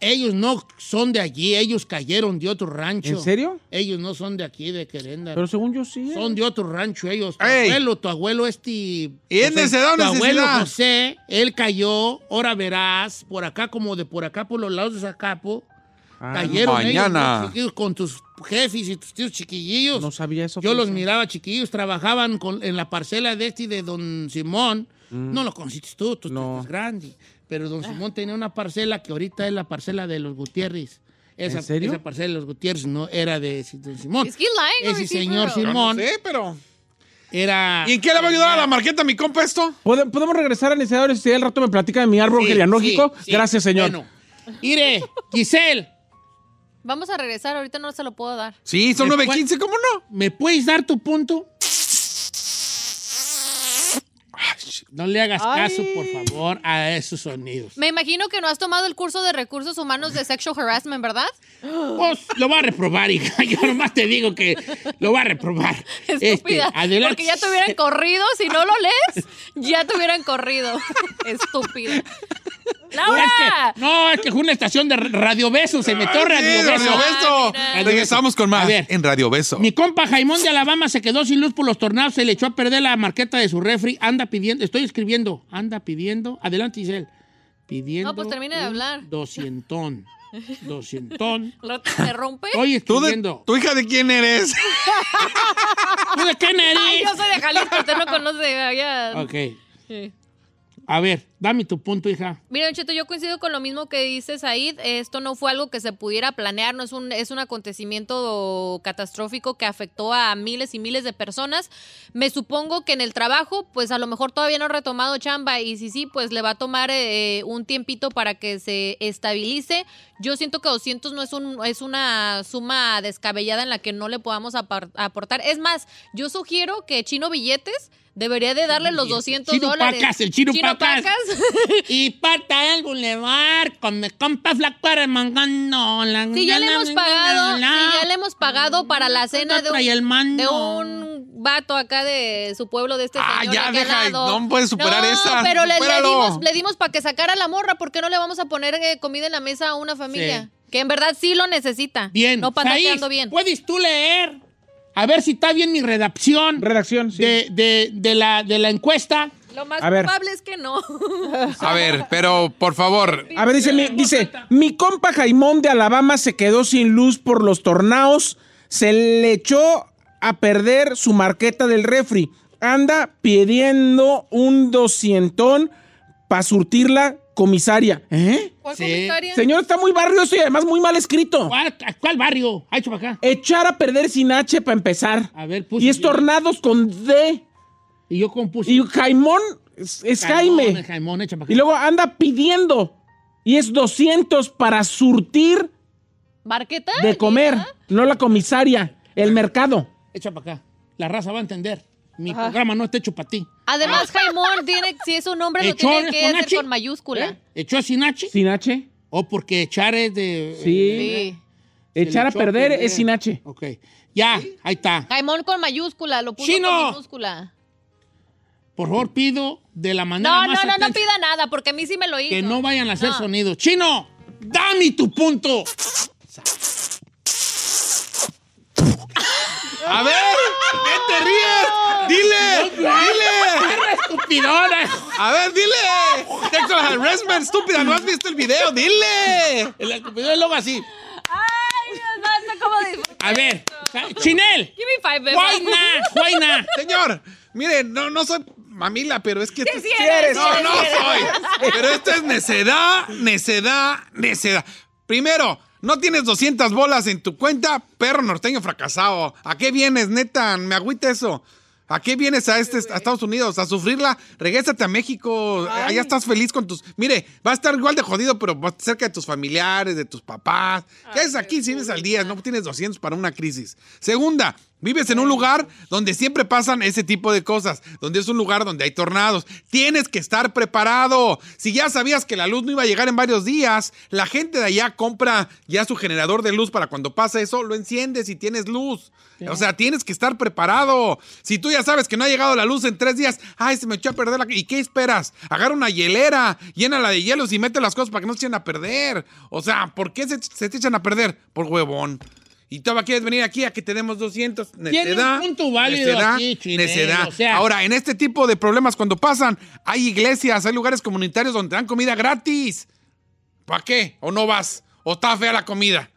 [SPEAKER 1] ellos no son de allí, ellos cayeron de otro rancho.
[SPEAKER 3] ¿En serio?
[SPEAKER 1] Ellos no son de aquí, de Queréndaro.
[SPEAKER 3] Pero según yo sí. ¿eh?
[SPEAKER 1] son de otro rancho ellos. Tu
[SPEAKER 4] Ey.
[SPEAKER 1] abuelo, tu abuelo este... ¿Y
[SPEAKER 4] es necesidad o
[SPEAKER 1] Tu abuelo
[SPEAKER 4] necesidad?
[SPEAKER 1] José, él cayó, ahora verás, por acá como de por acá, por los lados de Zacapo.
[SPEAKER 3] Ah,
[SPEAKER 1] Cayeron
[SPEAKER 4] mañana.
[SPEAKER 1] ellos muy chiquillos con tus jefes y tus tíos chiquillillos.
[SPEAKER 3] No sabía eso.
[SPEAKER 1] Yo los
[SPEAKER 3] fíjate.
[SPEAKER 1] miraba chiquillos, trabajaban con- en la parcela de este y de Don Simón. No lo conociste tú, tú
[SPEAKER 3] Mm. No. Ah.
[SPEAKER 1] estás grande. Pero Don Simón tenía una parcela que ahorita es la parcela de los Gutiérrez. Esa,
[SPEAKER 3] ¿En serio?
[SPEAKER 1] esa parcela de los Gutiérrez no era de Don Simón.
[SPEAKER 2] ¿Es que lying or
[SPEAKER 1] Ese
[SPEAKER 2] is he
[SPEAKER 1] señor
[SPEAKER 2] for real?
[SPEAKER 1] Simón Ah.
[SPEAKER 4] Sí, pero.
[SPEAKER 1] era...
[SPEAKER 4] ¿Y en qué le va a ayudar a la marqueta mi compa esto?
[SPEAKER 3] ¿Pode- ¿Podemos regresar a Necesidad si al rato me platica de mi árbol
[SPEAKER 1] Sí,
[SPEAKER 3] genealógico?
[SPEAKER 1] sí, sí.
[SPEAKER 3] Gracias, señor.
[SPEAKER 1] Bueno, Ire, Giselle,
[SPEAKER 2] Vamos a regresar, ahorita no se lo puedo dar.
[SPEAKER 4] Sí, son
[SPEAKER 1] Después-
[SPEAKER 4] 9.15, ¿cómo no?
[SPEAKER 1] ¿me puedes dar tu punto? No le hagas
[SPEAKER 5] Ay.
[SPEAKER 1] caso, por favor, a esos sonidos.
[SPEAKER 2] Me imagino que no has tomado el curso de recursos humanos de sexual harassment, ¿verdad?
[SPEAKER 1] Pues, lo va a reprobar, hija. Yo nomás te digo que lo va a reprobar.
[SPEAKER 2] Estúpida.
[SPEAKER 1] Este, adelante.
[SPEAKER 2] Porque ya te hubieran corrido. Si no lo lees, ya te hubieran corrido. Estúpida. ¡Laura!
[SPEAKER 1] Es que- no, es que fue una estación de Radio Beso. Se metió Radio
[SPEAKER 4] Ah, Sí,
[SPEAKER 1] Beso.
[SPEAKER 4] Radio Beso.
[SPEAKER 2] mira.
[SPEAKER 4] Regresamos con más
[SPEAKER 1] A ver.
[SPEAKER 4] en Radio Beso.
[SPEAKER 1] Mi compa Jaimón de Alabama se quedó sin luz por los tornados. Se le echó a perder la marqueta de su refri. Anda pidiendo, estoy escribiendo. Anda pidiendo. Adelante, Giselle. Pidiendo.
[SPEAKER 2] No, pues termine de
[SPEAKER 1] un
[SPEAKER 2] hablar.
[SPEAKER 1] Doscientón. Doscientón.
[SPEAKER 2] Al rato se rompe.
[SPEAKER 1] Estoy
[SPEAKER 4] ¿Tú de-
[SPEAKER 1] escribiendo.
[SPEAKER 4] ¿Tu hija de quién eres?
[SPEAKER 1] ¿Tú de qué nariz?
[SPEAKER 2] Yo soy de Jalisco, usted no conoce. Allá.
[SPEAKER 1] Ok.
[SPEAKER 2] Sí.
[SPEAKER 1] A ver, dame tu punto, hija.
[SPEAKER 2] Mira, Don Cheto, yo coincido con lo mismo que dice Said. Esto no fue algo que se pudiera planear, no es un, es un acontecimiento catastrófico que afectó a miles y miles de personas. Me supongo que en el trabajo, pues a lo mejor todavía no ha retomado chamba y si sí, pues le va a tomar eh, un tiempito para que se estabilice. Yo siento que 200 no es, un, es una suma descabellada en la que no le podamos apar- aportar. Es más, yo sugiero que Chino Billetes debería de darle los 200
[SPEAKER 1] Chino
[SPEAKER 2] dólares.
[SPEAKER 1] Pacas, el Chino Pacas.
[SPEAKER 2] Pacas.
[SPEAKER 1] Y pata el boulevard con mi compa flacuara mangando. La,
[SPEAKER 2] Sí, ya le
[SPEAKER 1] la-
[SPEAKER 2] hemos
[SPEAKER 1] la-
[SPEAKER 2] pagado,
[SPEAKER 1] la-
[SPEAKER 2] sí,
[SPEAKER 1] la-
[SPEAKER 2] ya le hemos pagado para la cena de
[SPEAKER 1] trae el
[SPEAKER 2] un,
[SPEAKER 1] mando.
[SPEAKER 2] de un vato acá de su pueblo, de este
[SPEAKER 4] Ah,
[SPEAKER 2] señor.
[SPEAKER 4] ya
[SPEAKER 2] de aquí al
[SPEAKER 4] deja,
[SPEAKER 2] lado.
[SPEAKER 4] no puedes superar
[SPEAKER 2] No,
[SPEAKER 4] esa,
[SPEAKER 2] pero le, le
[SPEAKER 4] supéralo.
[SPEAKER 2] dimos, le dimos para que sacara la morra, ¿por qué no le vamos a poner eh, comida en la mesa a una familia? Que en verdad sí lo necesita.
[SPEAKER 1] Bien.
[SPEAKER 2] No para
[SPEAKER 1] Saís, pues.
[SPEAKER 2] andar quedando bien.
[SPEAKER 1] ¿Puedes tú leer? A ver si está bien mi redacción
[SPEAKER 3] Redacción, sí.
[SPEAKER 1] de, de- de la, de la encuesta.
[SPEAKER 2] Lo más
[SPEAKER 3] A ver.
[SPEAKER 2] probable es que no.
[SPEAKER 4] A ver, pero por favor, ¡Eh,
[SPEAKER 3] A ver, dice, mi, dice, mi compa Jaimón de Alabama se quedó sin luz por los tornados, se le echó a perder su marqueta del refri, anda pidiendo un doscientón para surtirla comisaria. ¿Eh?
[SPEAKER 2] ¿Cuál
[SPEAKER 1] Sí.
[SPEAKER 2] comentario?
[SPEAKER 3] Señor, está muy barrio esto y además muy mal escrito.
[SPEAKER 1] ¿Cuál, a cuál barrio? Ha hecho para acá.
[SPEAKER 3] Echar a perder sin H para empezar.
[SPEAKER 1] A ver, pues puse.
[SPEAKER 3] Y es tornados con D.
[SPEAKER 1] Y yo compuse.
[SPEAKER 3] Y Jaimón es, es
[SPEAKER 1] Pues Jaimón,
[SPEAKER 3] Jaime.
[SPEAKER 1] el Jaimón, echa para acá.
[SPEAKER 3] Y luego anda pidiendo. Y es 200 para surtir
[SPEAKER 2] ¿Marqueta?
[SPEAKER 3] de comer, no la comisaria, el mercado.
[SPEAKER 1] Echa para acá. La raza va a entender. Mi
[SPEAKER 2] Ah.
[SPEAKER 1] programa no está hecho para ti.
[SPEAKER 2] Además, Jaimón tiene, si es un hombre, lo
[SPEAKER 1] Echó
[SPEAKER 2] tiene
[SPEAKER 1] es
[SPEAKER 2] que
[SPEAKER 1] con
[SPEAKER 2] hacer
[SPEAKER 1] H,
[SPEAKER 2] con mayúscula.
[SPEAKER 1] ¿Eh? ¿Echó sin H?
[SPEAKER 3] Sin H.
[SPEAKER 1] ¿O porque echar es de.
[SPEAKER 3] Sí.
[SPEAKER 2] Sí.
[SPEAKER 3] Echar a
[SPEAKER 1] Se le echó
[SPEAKER 3] perder es sin H.
[SPEAKER 1] Ok. Ya, ahí está.
[SPEAKER 2] Jaimón con mayúscula, lo puso
[SPEAKER 1] ¡Chino!
[SPEAKER 2] con minúscula.
[SPEAKER 1] Por favor, pido de la manera
[SPEAKER 2] No,
[SPEAKER 1] más
[SPEAKER 2] no, no, no
[SPEAKER 1] atenta
[SPEAKER 2] pida nada, porque a mí sí me lo hizo.
[SPEAKER 1] que no vayan a hacer sonido. ¡Chino! ¡Dame tu punto!
[SPEAKER 4] a ver, ¿qué te ríes? Dile, dile.
[SPEAKER 1] ¡Estupidona!
[SPEAKER 4] A ver, dile. Sexual harassment, estúpida, no has visto el video, dile.
[SPEAKER 1] El estupidón es luego así.
[SPEAKER 2] Ay, Dios mío, está como de-
[SPEAKER 1] A ver, ¡Chinel!
[SPEAKER 2] Give me five, baby.
[SPEAKER 1] ¡Guayna! ¡Guayna!
[SPEAKER 4] Señor, mire, no, no soy mamila, pero es que. esto es-
[SPEAKER 2] Sí eres, sí
[SPEAKER 4] No,
[SPEAKER 2] eres,
[SPEAKER 4] no
[SPEAKER 2] sí eres.
[SPEAKER 4] soy. Pero esto es necedad, necedad, necedad. Primero, no tienes 200 bolas en tu cuenta, perro norteño fracasado. ¿A qué vienes, neta? Me agüita eso. ¿A qué vienes a, este, a Estados Unidos? ¿A sufrirla? Regrésate a México. Allá estás feliz con tus... Mire, va a estar igual de jodido, pero vas cerca de tus familiares, de tus papás. ¿Qué haces aquí si vienes al día? No tienes 200 para una crisis. Segunda, vives en un lugar donde siempre pasan ese tipo de cosas, donde es un lugar donde hay tornados. Tienes que estar preparado. Si ya sabías que la luz no iba a llegar en varios días, la gente de allá compra ya su generador de luz para cuando pasa eso, lo enciendes y tienes luz. O sea, tienes que estar preparado. Si tú ya sabes que no ha llegado la luz en tres días, ay, se me echó a perder la... ¿Y qué esperas? Agarra una hielera, llénala de hielos y mete las cosas para que no se echen a perder. O sea, ¿por qué se, se te echan a perder? Por huevón. Y todavía quieres venir aquí a que te demos 200.
[SPEAKER 1] Tiene
[SPEAKER 4] Necedad,
[SPEAKER 1] un punto válido
[SPEAKER 4] necedad,
[SPEAKER 1] aquí, Chinel,
[SPEAKER 4] necedad.
[SPEAKER 1] o sea-
[SPEAKER 4] Ahora, en este tipo de problemas cuando pasan, hay iglesias, hay lugares comunitarios donde te dan comida gratis. ¿Para qué? ¿O no vas? ¿O está fea la comida?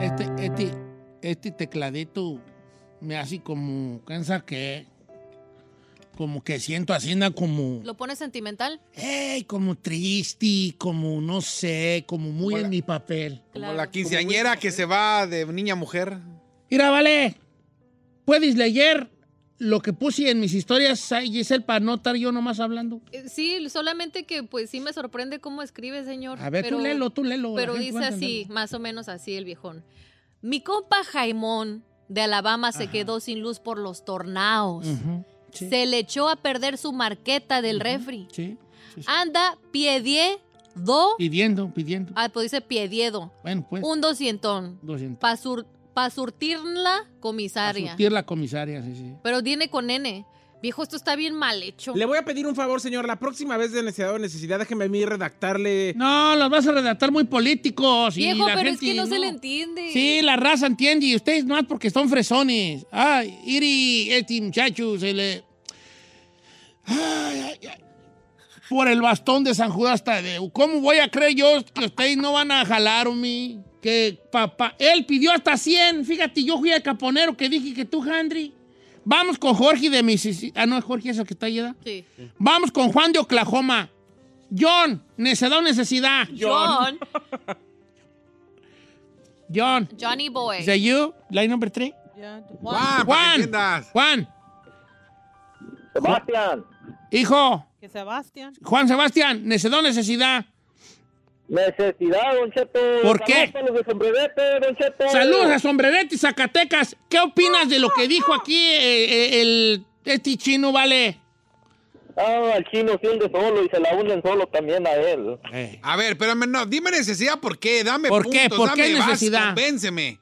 [SPEAKER 1] Este, este, este tecladito me hace como, cansa que, como que siento así, anda como,
[SPEAKER 2] ¿Lo pones sentimental?
[SPEAKER 1] hey, como triste, como no sé, como muy en mi papel.
[SPEAKER 4] Como la quinceañera que se va de niña a mujer.
[SPEAKER 1] Mira, vale, puedes leer lo que puse en mis historias, ay, Giselle, para no estar yo nomás hablando.
[SPEAKER 2] Eh, Sí, solamente que pues sí me sorprende cómo escribe, señor.
[SPEAKER 1] A ver,
[SPEAKER 2] pero-
[SPEAKER 1] tú léelo, tú léelo. la
[SPEAKER 2] Pero
[SPEAKER 1] gente
[SPEAKER 2] dice
[SPEAKER 1] va a
[SPEAKER 2] así,
[SPEAKER 1] entenderlo.
[SPEAKER 2] más o menos así el viejón. Mi compa Jaimón de Alabama se quedó sin luz por los tornados.
[SPEAKER 1] Ujú, sí,
[SPEAKER 2] Se le echó a perder su marqueta del refri.
[SPEAKER 1] sí, sí, sí.
[SPEAKER 2] Anda, piedie, do.
[SPEAKER 1] Pidiendo, pidiendo.
[SPEAKER 2] Ah, pues dice piediedo.
[SPEAKER 1] Bueno, pues,
[SPEAKER 2] Un doscientón.
[SPEAKER 1] 200.
[SPEAKER 2] Para surtirla comisaria.
[SPEAKER 1] Asistir la comisaria, sí, sí.
[SPEAKER 2] Pero tiene con N. Viejo, esto está bien mal hecho.
[SPEAKER 3] Le voy a pedir un favor, señor. La próxima vez de necesidad o necesidad, déjeme a mí redactarle.
[SPEAKER 1] No, los vas a redactar muy políticos. y
[SPEAKER 2] Viejo,
[SPEAKER 1] la
[SPEAKER 2] pero es
[SPEAKER 1] gente
[SPEAKER 2] que no, se le entiende.
[SPEAKER 1] Sí, la raza entiende, y ustedes más porque son fresones. Ay, Iri, este muchacho se le. Ay, ay, ay. Por el bastón de San Judas Tadeo. ¿Cómo voy a creer yo que ustedes no van a jalarme? Que papá. Él pidió hasta 100. Fíjate, yo fui al caponero que dije que tú, Henry. Vamos con Jorge de Mississippi. Ah, no, Jorge es el que está allá.
[SPEAKER 2] Sí.
[SPEAKER 1] Vamos con Juan de Oklahoma. John, necesidad o necesidad.
[SPEAKER 2] John,
[SPEAKER 1] John.
[SPEAKER 2] Johnny Boy.
[SPEAKER 1] ¿Es you? Line number three.
[SPEAKER 5] Yeah,
[SPEAKER 4] Juan, Ah, para que
[SPEAKER 1] Juan,
[SPEAKER 4] entiendas.
[SPEAKER 1] Juan,
[SPEAKER 8] Sebastián,
[SPEAKER 1] hijo,
[SPEAKER 5] Que Sebastián.
[SPEAKER 1] Juan Sebastián, necesidad, o necesidad.
[SPEAKER 8] necesidad, Don Cheto.
[SPEAKER 1] ¿Por qué?
[SPEAKER 8] Saludos a los de sombrerete, Don Cheto.
[SPEAKER 1] Saludos a Sombrerete y Zacatecas. ¿Qué opinas de lo que dijo aquí eh, eh, el este chino, vale?
[SPEAKER 8] Ah, al chino se hunde solo y se la hunden solo también a él.
[SPEAKER 1] Eh,
[SPEAKER 8] Eh,
[SPEAKER 4] A ver, espérame, no, dime necesidad, ¿por qué? Dame
[SPEAKER 1] ¿Por
[SPEAKER 4] puntos,
[SPEAKER 1] qué? ¿Por
[SPEAKER 4] dame
[SPEAKER 1] qué
[SPEAKER 4] vas,
[SPEAKER 1] necesidad?
[SPEAKER 4] convénceme.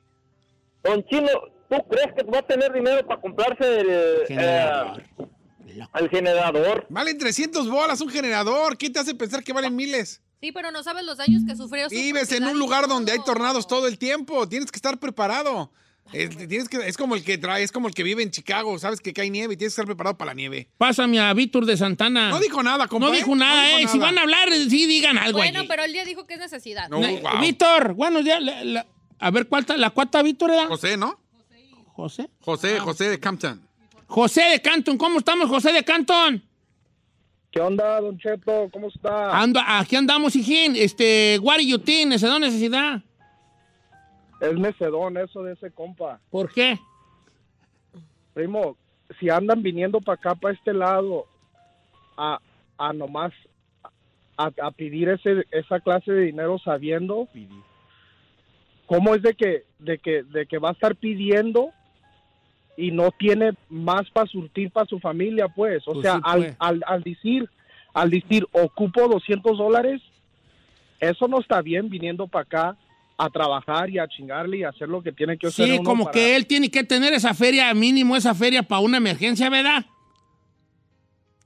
[SPEAKER 8] Don Chino, ¿tú crees que va a tener dinero para comprarse el
[SPEAKER 1] Generador.
[SPEAKER 8] eh, el generador?
[SPEAKER 4] Valen 300 bolas un generador, ¿qué te hace pensar que valen miles?
[SPEAKER 2] Sí, pero no sabes los daños que sufrió. su
[SPEAKER 4] Vives en
[SPEAKER 2] propiedad
[SPEAKER 4] un
[SPEAKER 2] y
[SPEAKER 4] lugar donde hay
[SPEAKER 2] todo.
[SPEAKER 4] tornados todo el tiempo, tienes que estar preparado. Es, tienes que, es como el que trae, es como el que vive en Chicago, sabes que cae nieve y tienes que estar preparado para la nieve.
[SPEAKER 1] Pásame a Víctor de Santana.
[SPEAKER 4] No dijo nada, compa.
[SPEAKER 1] Ah. No dijo nada, eh. Si van a hablar, sí digan algo.
[SPEAKER 2] Bueno,
[SPEAKER 1] allí.
[SPEAKER 2] pero él ya dijo que es necesidad.
[SPEAKER 4] No,
[SPEAKER 1] Ne-
[SPEAKER 4] Oh, wow.
[SPEAKER 1] Víctor, buenos días. La- la- a ver, ¿cuál ta- la cuarta Víctor era?
[SPEAKER 4] José, ¿no?
[SPEAKER 1] José.
[SPEAKER 4] José, José de Campton.
[SPEAKER 1] José de Canton, ¿cómo estamos, José de Canton?
[SPEAKER 8] ¿Qué onda, Don Cheto? ¿Cómo está?
[SPEAKER 1] Ando, aquí andamos, hijín. Este, what do you think? necesidad, o necesidad.
[SPEAKER 8] Es mecedón eso de ese compa.
[SPEAKER 1] ¿Por qué?
[SPEAKER 8] Primo, si andan viniendo para acá, para este lado, a, a nomás a, a pedir ese, esa clase de dinero sabiendo cómo es de que, de, que, de que va a estar pidiendo y no tiene más para surtir para su familia, pues. O
[SPEAKER 1] Pues
[SPEAKER 8] sea,
[SPEAKER 1] sí,
[SPEAKER 8] al,
[SPEAKER 1] pues.
[SPEAKER 8] al, al decir, al decir, ocupo 200 dólares,
[SPEAKER 9] eso no está bien viniendo para acá a trabajar y a chingarle y a hacer lo que tiene que hacer.
[SPEAKER 1] Sí,
[SPEAKER 9] uno
[SPEAKER 1] como
[SPEAKER 9] para-
[SPEAKER 1] que él tiene que tener esa feria, mínimo esa feria para una emergencia, ¿verdad?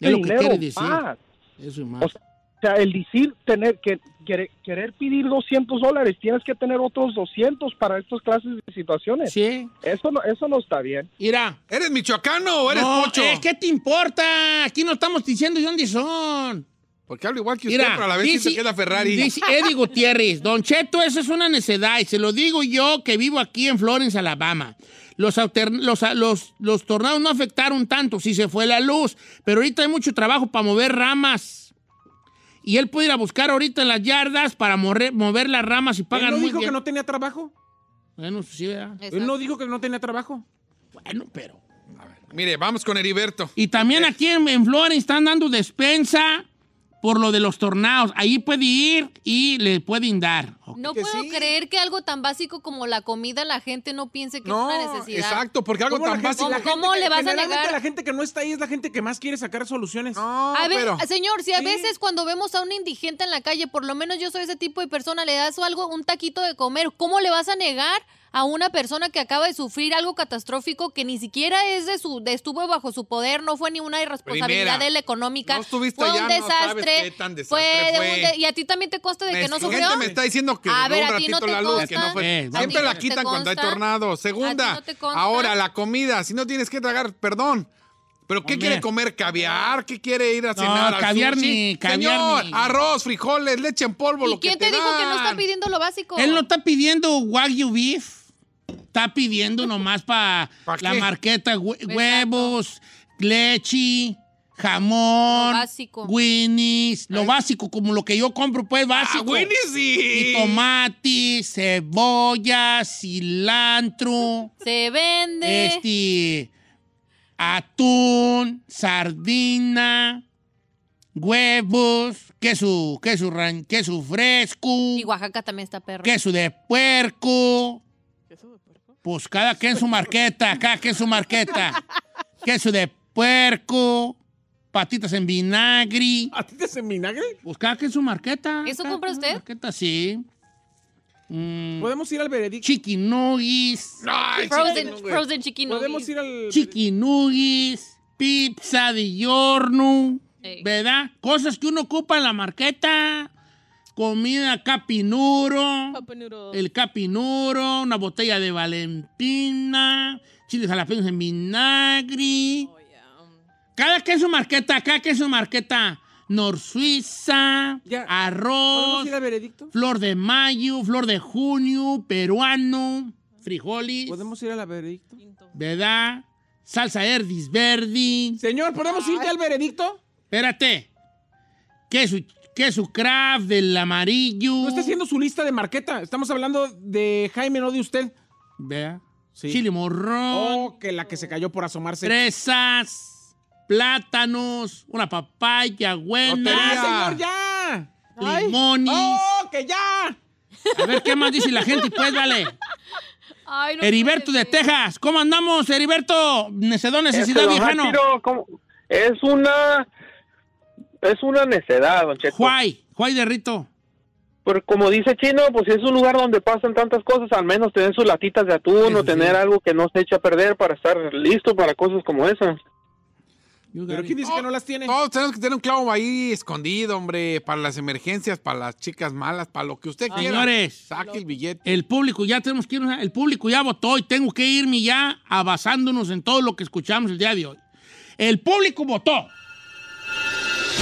[SPEAKER 1] Es lo que
[SPEAKER 9] Dinero
[SPEAKER 1] quiere decir.
[SPEAKER 9] más.
[SPEAKER 1] Eso y más.
[SPEAKER 9] O sea, o sea, el decir tener que querer, querer pedir 200 dólares, tienes que tener otros 200 para estas clases de situaciones.
[SPEAKER 1] Sí.
[SPEAKER 9] Eso no, eso no está bien.
[SPEAKER 1] Mira.
[SPEAKER 4] ¿Eres michoacano o eres
[SPEAKER 1] No,
[SPEAKER 4] pocho?
[SPEAKER 1] eh, ¿Qué te importa? Aquí no estamos diciendo de dónde son.
[SPEAKER 4] Porque hablo igual que usted, pero a la vez siento que es la Ferrari.
[SPEAKER 1] Dice Eddie Gutiérrez, Don Cheto, eso es una necedad y se lo digo yo que vivo aquí en Florence, Alabama. Los, alter- los, los, los tornados no afectaron tanto, si se fue la luz, pero ahorita hay mucho trabajo para mover ramas. Y él puede ir a buscar ahorita en las yardas para morre- mover las ramas y pagan
[SPEAKER 3] ¿Él no
[SPEAKER 1] muy
[SPEAKER 3] dijo
[SPEAKER 1] bien.
[SPEAKER 3] que no tenía trabajo?
[SPEAKER 1] Bueno, sí, ¿verdad?
[SPEAKER 3] Él no dijo que no tenía trabajo.
[SPEAKER 1] Bueno, pero...
[SPEAKER 4] Mire, vamos con Heriberto.
[SPEAKER 1] Y también aquí en, en Florence están dando despensa por lo de los tornados. Ahí puede ir y le pueden dar.
[SPEAKER 2] No puedo creer que algo tan básico como la comida la gente no piense que es una necesidad.
[SPEAKER 4] porque algo
[SPEAKER 3] la
[SPEAKER 4] tan
[SPEAKER 3] gente-
[SPEAKER 4] fácil-
[SPEAKER 3] la
[SPEAKER 2] ¿Cómo-
[SPEAKER 3] gente
[SPEAKER 2] cómo
[SPEAKER 3] que-
[SPEAKER 2] le vas a
[SPEAKER 3] generalmente
[SPEAKER 2] negar?
[SPEAKER 3] la gente que no está ahí es la gente que más quiere sacar soluciones.
[SPEAKER 4] No,
[SPEAKER 2] A ver,
[SPEAKER 4] pero...
[SPEAKER 2] señor, si a
[SPEAKER 3] Sí.
[SPEAKER 2] veces cuando vemos a un indigente en la calle, por lo menos yo soy ese tipo de persona, le das algo, un taquito de comer, ¿cómo le vas a negar a una persona que acaba de sufrir algo catastrófico que ni siquiera es de su, de- estuvo bajo su poder, no fue ni una irresponsabilidad
[SPEAKER 4] Primera,
[SPEAKER 2] de él económica,
[SPEAKER 4] no estuviste
[SPEAKER 2] fue
[SPEAKER 4] allá,
[SPEAKER 2] un
[SPEAKER 4] no sabes
[SPEAKER 2] desastre,
[SPEAKER 4] qué tan
[SPEAKER 2] fue,
[SPEAKER 4] desastre
[SPEAKER 2] de
[SPEAKER 4] fue.
[SPEAKER 2] un de- y a ti también te consta de
[SPEAKER 4] Me-
[SPEAKER 2] que no
[SPEAKER 4] gente
[SPEAKER 2] sufrió.
[SPEAKER 4] me está diciendo que
[SPEAKER 2] A
[SPEAKER 4] duró
[SPEAKER 2] ver,
[SPEAKER 4] un
[SPEAKER 2] a ti no
[SPEAKER 4] ratito
[SPEAKER 2] te
[SPEAKER 4] la luz, que
[SPEAKER 2] consta.
[SPEAKER 4] no fue.
[SPEAKER 1] Eh,
[SPEAKER 4] Siempre
[SPEAKER 2] ¿A ti
[SPEAKER 4] la
[SPEAKER 2] no te
[SPEAKER 4] quitan cuando hay
[SPEAKER 2] consta? ¿A
[SPEAKER 4] tornado.
[SPEAKER 2] ti
[SPEAKER 4] Segunda,
[SPEAKER 2] no te consta?
[SPEAKER 4] ahora la comida. Si no tienes que tragar, perdón. ¿Pero qué
[SPEAKER 1] Hombre.
[SPEAKER 4] quiere comer? ¿Caviar? ¿Qué quiere ir a cenar? ¿Al
[SPEAKER 1] caviar
[SPEAKER 4] sushi?
[SPEAKER 1] ni- caviar
[SPEAKER 4] Señor,
[SPEAKER 1] ni-
[SPEAKER 4] arroz, frijoles, leche en polvo,
[SPEAKER 2] ¿Y
[SPEAKER 4] lo que
[SPEAKER 2] quién te, dijo que no está
[SPEAKER 4] dan.
[SPEAKER 2] pidiendo lo básico?
[SPEAKER 1] Él no está pidiendo Wagyu beef. Está pidiendo nomás para
[SPEAKER 4] ¿Pa
[SPEAKER 1] la
[SPEAKER 4] qué?
[SPEAKER 1] marqueta hue- huevos, leche, jamón,
[SPEAKER 2] Lo básico.
[SPEAKER 1] Winnie's, lo básico, como lo que yo compro, pues
[SPEAKER 4] Ah,
[SPEAKER 1] básico.
[SPEAKER 4] Winnie sí.
[SPEAKER 1] y tomates, cebolla, cilantro,
[SPEAKER 2] Se vende.
[SPEAKER 1] este, atún, sardina, huevos, queso, queso, ran- queso fresco.
[SPEAKER 2] Y Oaxaca también está perro.
[SPEAKER 1] Queso de puerco. Pues cada quien su marqueta, cada quien su marqueta. Queso de puerco, patitas en vinagre.
[SPEAKER 3] ¿A ti te hacen vinagre?
[SPEAKER 1] Pues cada quien su marqueta.
[SPEAKER 2] ¿Eso
[SPEAKER 1] cada
[SPEAKER 2] compra
[SPEAKER 1] quien su
[SPEAKER 2] usted?
[SPEAKER 1] Marqueta, sí. Mm,
[SPEAKER 3] ¿Podemos ir al veredicto?
[SPEAKER 1] chicken nuggets,
[SPEAKER 4] Ay, sí,
[SPEAKER 2] Frozen,
[SPEAKER 4] no, güey.
[SPEAKER 2] frozen chicken
[SPEAKER 3] ¿Podemos
[SPEAKER 2] nuggies.
[SPEAKER 3] ir al
[SPEAKER 1] chicken nuggets, pizza de horno,
[SPEAKER 2] Ey.
[SPEAKER 1] ¿verdad? Cosas que uno ocupa en la marqueta. Comida capinuro.
[SPEAKER 5] Cup noodles.
[SPEAKER 1] El capinuro, una botella de Valentina, chiles jalapeños en vinagre.
[SPEAKER 5] Oh, yeah.
[SPEAKER 1] Cada queso marqueta, cada queso marqueta. Nor Suiza,
[SPEAKER 3] Ya.
[SPEAKER 1] arroz,
[SPEAKER 3] ¿Podemos ir al veredicto?
[SPEAKER 1] flor de mayo, flor de junio, peruano, frijoles,
[SPEAKER 3] ¿Podemos ir al veredicto?
[SPEAKER 5] Quinto.
[SPEAKER 1] ¿verdad? Salsa Erdis Verdi.
[SPEAKER 3] Señor, ¿podemos ir ya al veredicto?
[SPEAKER 1] Espérate. Queso, queso craft del amarillo.
[SPEAKER 3] No está haciendo su lista de marqueta. Estamos hablando de Jaime, no de usted.
[SPEAKER 1] ¿Verdad?
[SPEAKER 3] Sí.
[SPEAKER 1] Chile morrón.
[SPEAKER 3] Oh, que la que se cayó por asomarse.
[SPEAKER 1] fresas, plátanos, una papaya buena,
[SPEAKER 4] Lotería.
[SPEAKER 3] ¡Ya, Ah, señor, ya!
[SPEAKER 1] limones.
[SPEAKER 3] ¡Oh, que ya!
[SPEAKER 1] A ver qué más dice la gente, pues vale.
[SPEAKER 2] Ay, no
[SPEAKER 1] Heriberto
[SPEAKER 2] puede
[SPEAKER 1] de
[SPEAKER 2] ser.
[SPEAKER 1] Texas, ¿cómo andamos, Heriberto? Necedó
[SPEAKER 9] Este,
[SPEAKER 1] necesidad,
[SPEAKER 9] don
[SPEAKER 1] viejano.
[SPEAKER 9] Jairo, ¿cómo? es una es una necedad, don Cheto.
[SPEAKER 1] Juay, Juay de Rito.
[SPEAKER 9] Pero como dice Chino, pues si es un lugar donde pasan tantas cosas, al menos tener sus latitas de atún
[SPEAKER 1] Eso
[SPEAKER 9] o tener
[SPEAKER 1] sí.
[SPEAKER 9] algo que no se eche a perder para estar listo para cosas como esas.
[SPEAKER 3] ¿Pero quién
[SPEAKER 2] Oh.
[SPEAKER 3] dice que no las tiene?
[SPEAKER 4] Todos tenemos que tener un clavo ahí escondido, hombre, para las emergencias, para las chicas malas, para lo que usted quiera.
[SPEAKER 1] Señores.
[SPEAKER 4] Saque el billete.
[SPEAKER 1] El público ya tenemos que irnos, a- el público ya votó y tengo que irme ya basándonos en todo lo que escuchamos el día de hoy. El público votó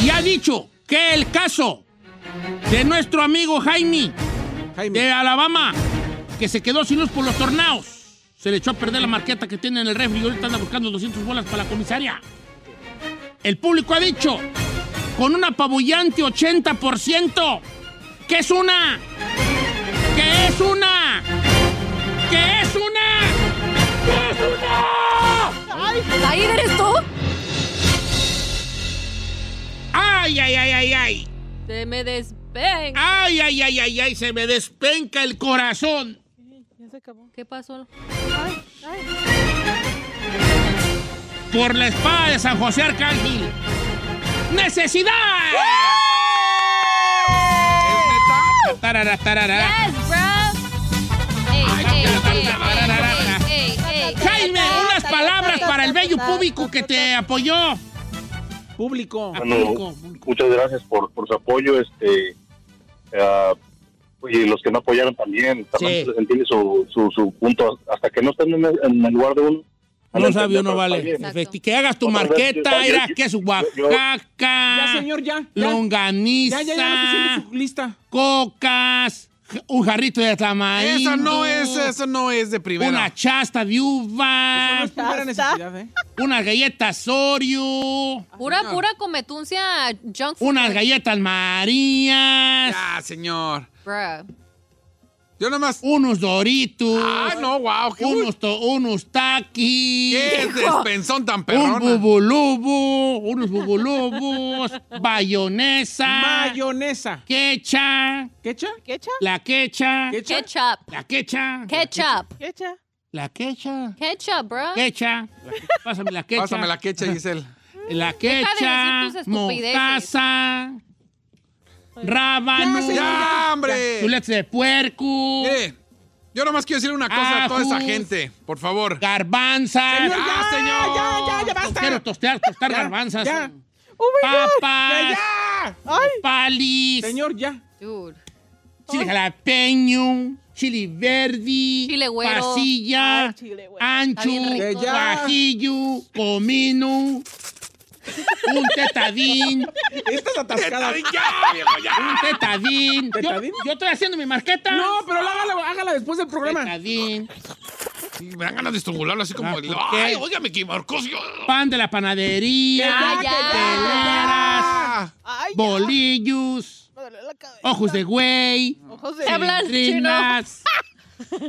[SPEAKER 1] y ha dicho que el caso de nuestro amigo Jaime
[SPEAKER 2] Oh.
[SPEAKER 3] Jaime.
[SPEAKER 1] de Alabama, que se quedó sin luz por los tornados, se le echó a perder la marqueta que tiene en el refri y ahorita anda buscando 200 bolas para la comisaria. El público ha dicho, con un apabullante 80%, que es una, que es una, que es una.
[SPEAKER 2] ¿Ahí eres tú?
[SPEAKER 1] ¡Ay, ay, ay, ay, ay!
[SPEAKER 2] Te me desven.
[SPEAKER 1] ¡Ay, ay, ay, ay, ay! Se me despenca el corazón.
[SPEAKER 5] Ya se acabó.
[SPEAKER 2] ¿Qué pasó?
[SPEAKER 1] por la espada de San José Arcángel. ¡Necesidad!
[SPEAKER 4] ¿Es neta?
[SPEAKER 1] Tarara, tarara. Jaime, unas palabras para el bello público que te apoyó.
[SPEAKER 3] Público.
[SPEAKER 8] Bueno, muchas gracias por, por su apoyo. Este, ah, y los que no apoyaron también, también se les entiende su, su, su punto. Hasta que no estén en el, en el lugar de uno.
[SPEAKER 1] No sabio, no vale. Efecti- Que hagas tu
[SPEAKER 8] Otra vez,
[SPEAKER 1] marqueta,
[SPEAKER 8] yo-
[SPEAKER 1] mira,
[SPEAKER 8] yo-
[SPEAKER 1] que es
[SPEAKER 8] yo-
[SPEAKER 1] Oaxaca,
[SPEAKER 3] Ya, señor, ya. ya.
[SPEAKER 1] longaniza,
[SPEAKER 3] Ya, ya, ya, no te sientes su lista.
[SPEAKER 1] cocas, un jarrito de tamarindo.
[SPEAKER 4] Eso no es, eso no es de primera.
[SPEAKER 1] Una chasta de uva.
[SPEAKER 3] Primera necesidad, ¿eh?
[SPEAKER 1] Unas galletas Oreo.
[SPEAKER 2] Pura, pura cometuncia junk food.
[SPEAKER 1] Unas galletas Marías.
[SPEAKER 4] Ya, señor.
[SPEAKER 2] Bruh.
[SPEAKER 4] Yo nomás.
[SPEAKER 1] Unos Doritos.
[SPEAKER 4] Ah, no, wow. Qué,
[SPEAKER 1] unos, to- unos Takis.
[SPEAKER 4] qué despensón tan
[SPEAKER 1] Un
[SPEAKER 4] perrona.
[SPEAKER 1] bubulubu, unos bubulubos, bayonesa,
[SPEAKER 3] Mayonesa.
[SPEAKER 1] quecha,
[SPEAKER 3] ¿Quecha?
[SPEAKER 5] ¿Quecha?
[SPEAKER 1] la quecha,
[SPEAKER 3] ¿Quecha?
[SPEAKER 2] Ketchup.
[SPEAKER 1] la quecha,
[SPEAKER 2] Ketchup.
[SPEAKER 5] ¿Quecha?
[SPEAKER 1] la quecha,
[SPEAKER 2] Ketchup, bruh.
[SPEAKER 1] quecha, pásame la quecha,
[SPEAKER 4] Pásame la quecha, Giselle.
[SPEAKER 1] la
[SPEAKER 2] Deja de
[SPEAKER 1] quecha,
[SPEAKER 2] decir tus estupideces.
[SPEAKER 1] mostaza, rábano,
[SPEAKER 4] ¡Ya, hombre!
[SPEAKER 1] chuletas de puerco,
[SPEAKER 4] Mire, yo nomás quiero decir una cosa a toda esa
[SPEAKER 1] Ajus.
[SPEAKER 4] gente, por favor.
[SPEAKER 1] garbanzas, ¡Ah,
[SPEAKER 4] Señor, ya, señor.
[SPEAKER 3] Ya, ya, ya, basta.
[SPEAKER 1] quiero tostear, tostar
[SPEAKER 3] Ya,
[SPEAKER 1] garbanzas,
[SPEAKER 3] ya.
[SPEAKER 5] Oh my God.
[SPEAKER 3] Ya,
[SPEAKER 1] papas,
[SPEAKER 3] ya.
[SPEAKER 1] Ah.
[SPEAKER 5] Ay,
[SPEAKER 1] palis,
[SPEAKER 3] Señor, ya.
[SPEAKER 2] Dude.
[SPEAKER 1] chile jalapeño, chili verde,
[SPEAKER 2] Chile güero.
[SPEAKER 1] pasilla,
[SPEAKER 5] Ay, chile güero.
[SPEAKER 1] ancho,
[SPEAKER 2] Está bien
[SPEAKER 3] rico.
[SPEAKER 1] guajillo, comino, un tetadín,
[SPEAKER 3] Estás atascada.
[SPEAKER 4] ¡Ay, ya, viejo, ya!
[SPEAKER 1] un tetadín. Yo,
[SPEAKER 3] ¿Tetadín?
[SPEAKER 1] yo estoy haciendo mi marqueta.
[SPEAKER 3] No, pero hágala, hágala después del programa.
[SPEAKER 1] Tetadín,
[SPEAKER 4] Me dan ganas de estrangularlo así como...
[SPEAKER 1] Ah, ¿por
[SPEAKER 4] ¡Ay,
[SPEAKER 1] qué?
[SPEAKER 4] óigame, que Marcos! yo-
[SPEAKER 1] pan de la panadería,
[SPEAKER 2] Que ya, que
[SPEAKER 1] teleras,
[SPEAKER 4] Ah,
[SPEAKER 5] ay, ya.
[SPEAKER 1] bolillos,
[SPEAKER 5] Me duele la cabeza.
[SPEAKER 1] ojos de güey,
[SPEAKER 5] Ojos de...
[SPEAKER 2] Te hablan chino.
[SPEAKER 1] trinas,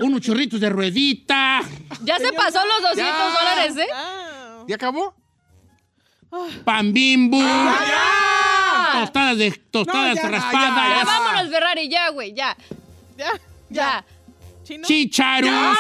[SPEAKER 1] unos churritos de ruedita.
[SPEAKER 2] Ya se pasó los 200
[SPEAKER 4] Ya.
[SPEAKER 2] dólares, ¿eh?
[SPEAKER 5] Ah.
[SPEAKER 4] ¿Ya acabó?
[SPEAKER 1] Pan bimbo.
[SPEAKER 4] ¡Ya!
[SPEAKER 1] Tostadas de tostadas
[SPEAKER 3] No, ya,
[SPEAKER 1] raspadas.
[SPEAKER 4] ya,
[SPEAKER 2] Ya
[SPEAKER 4] Ah.
[SPEAKER 2] vámonos, Ferrari, ya, güey, ya.
[SPEAKER 5] Ya.
[SPEAKER 2] Ya.
[SPEAKER 5] Chino.
[SPEAKER 1] Chicharos.
[SPEAKER 4] ¡Ya!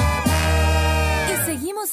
[SPEAKER 10] Y seguimos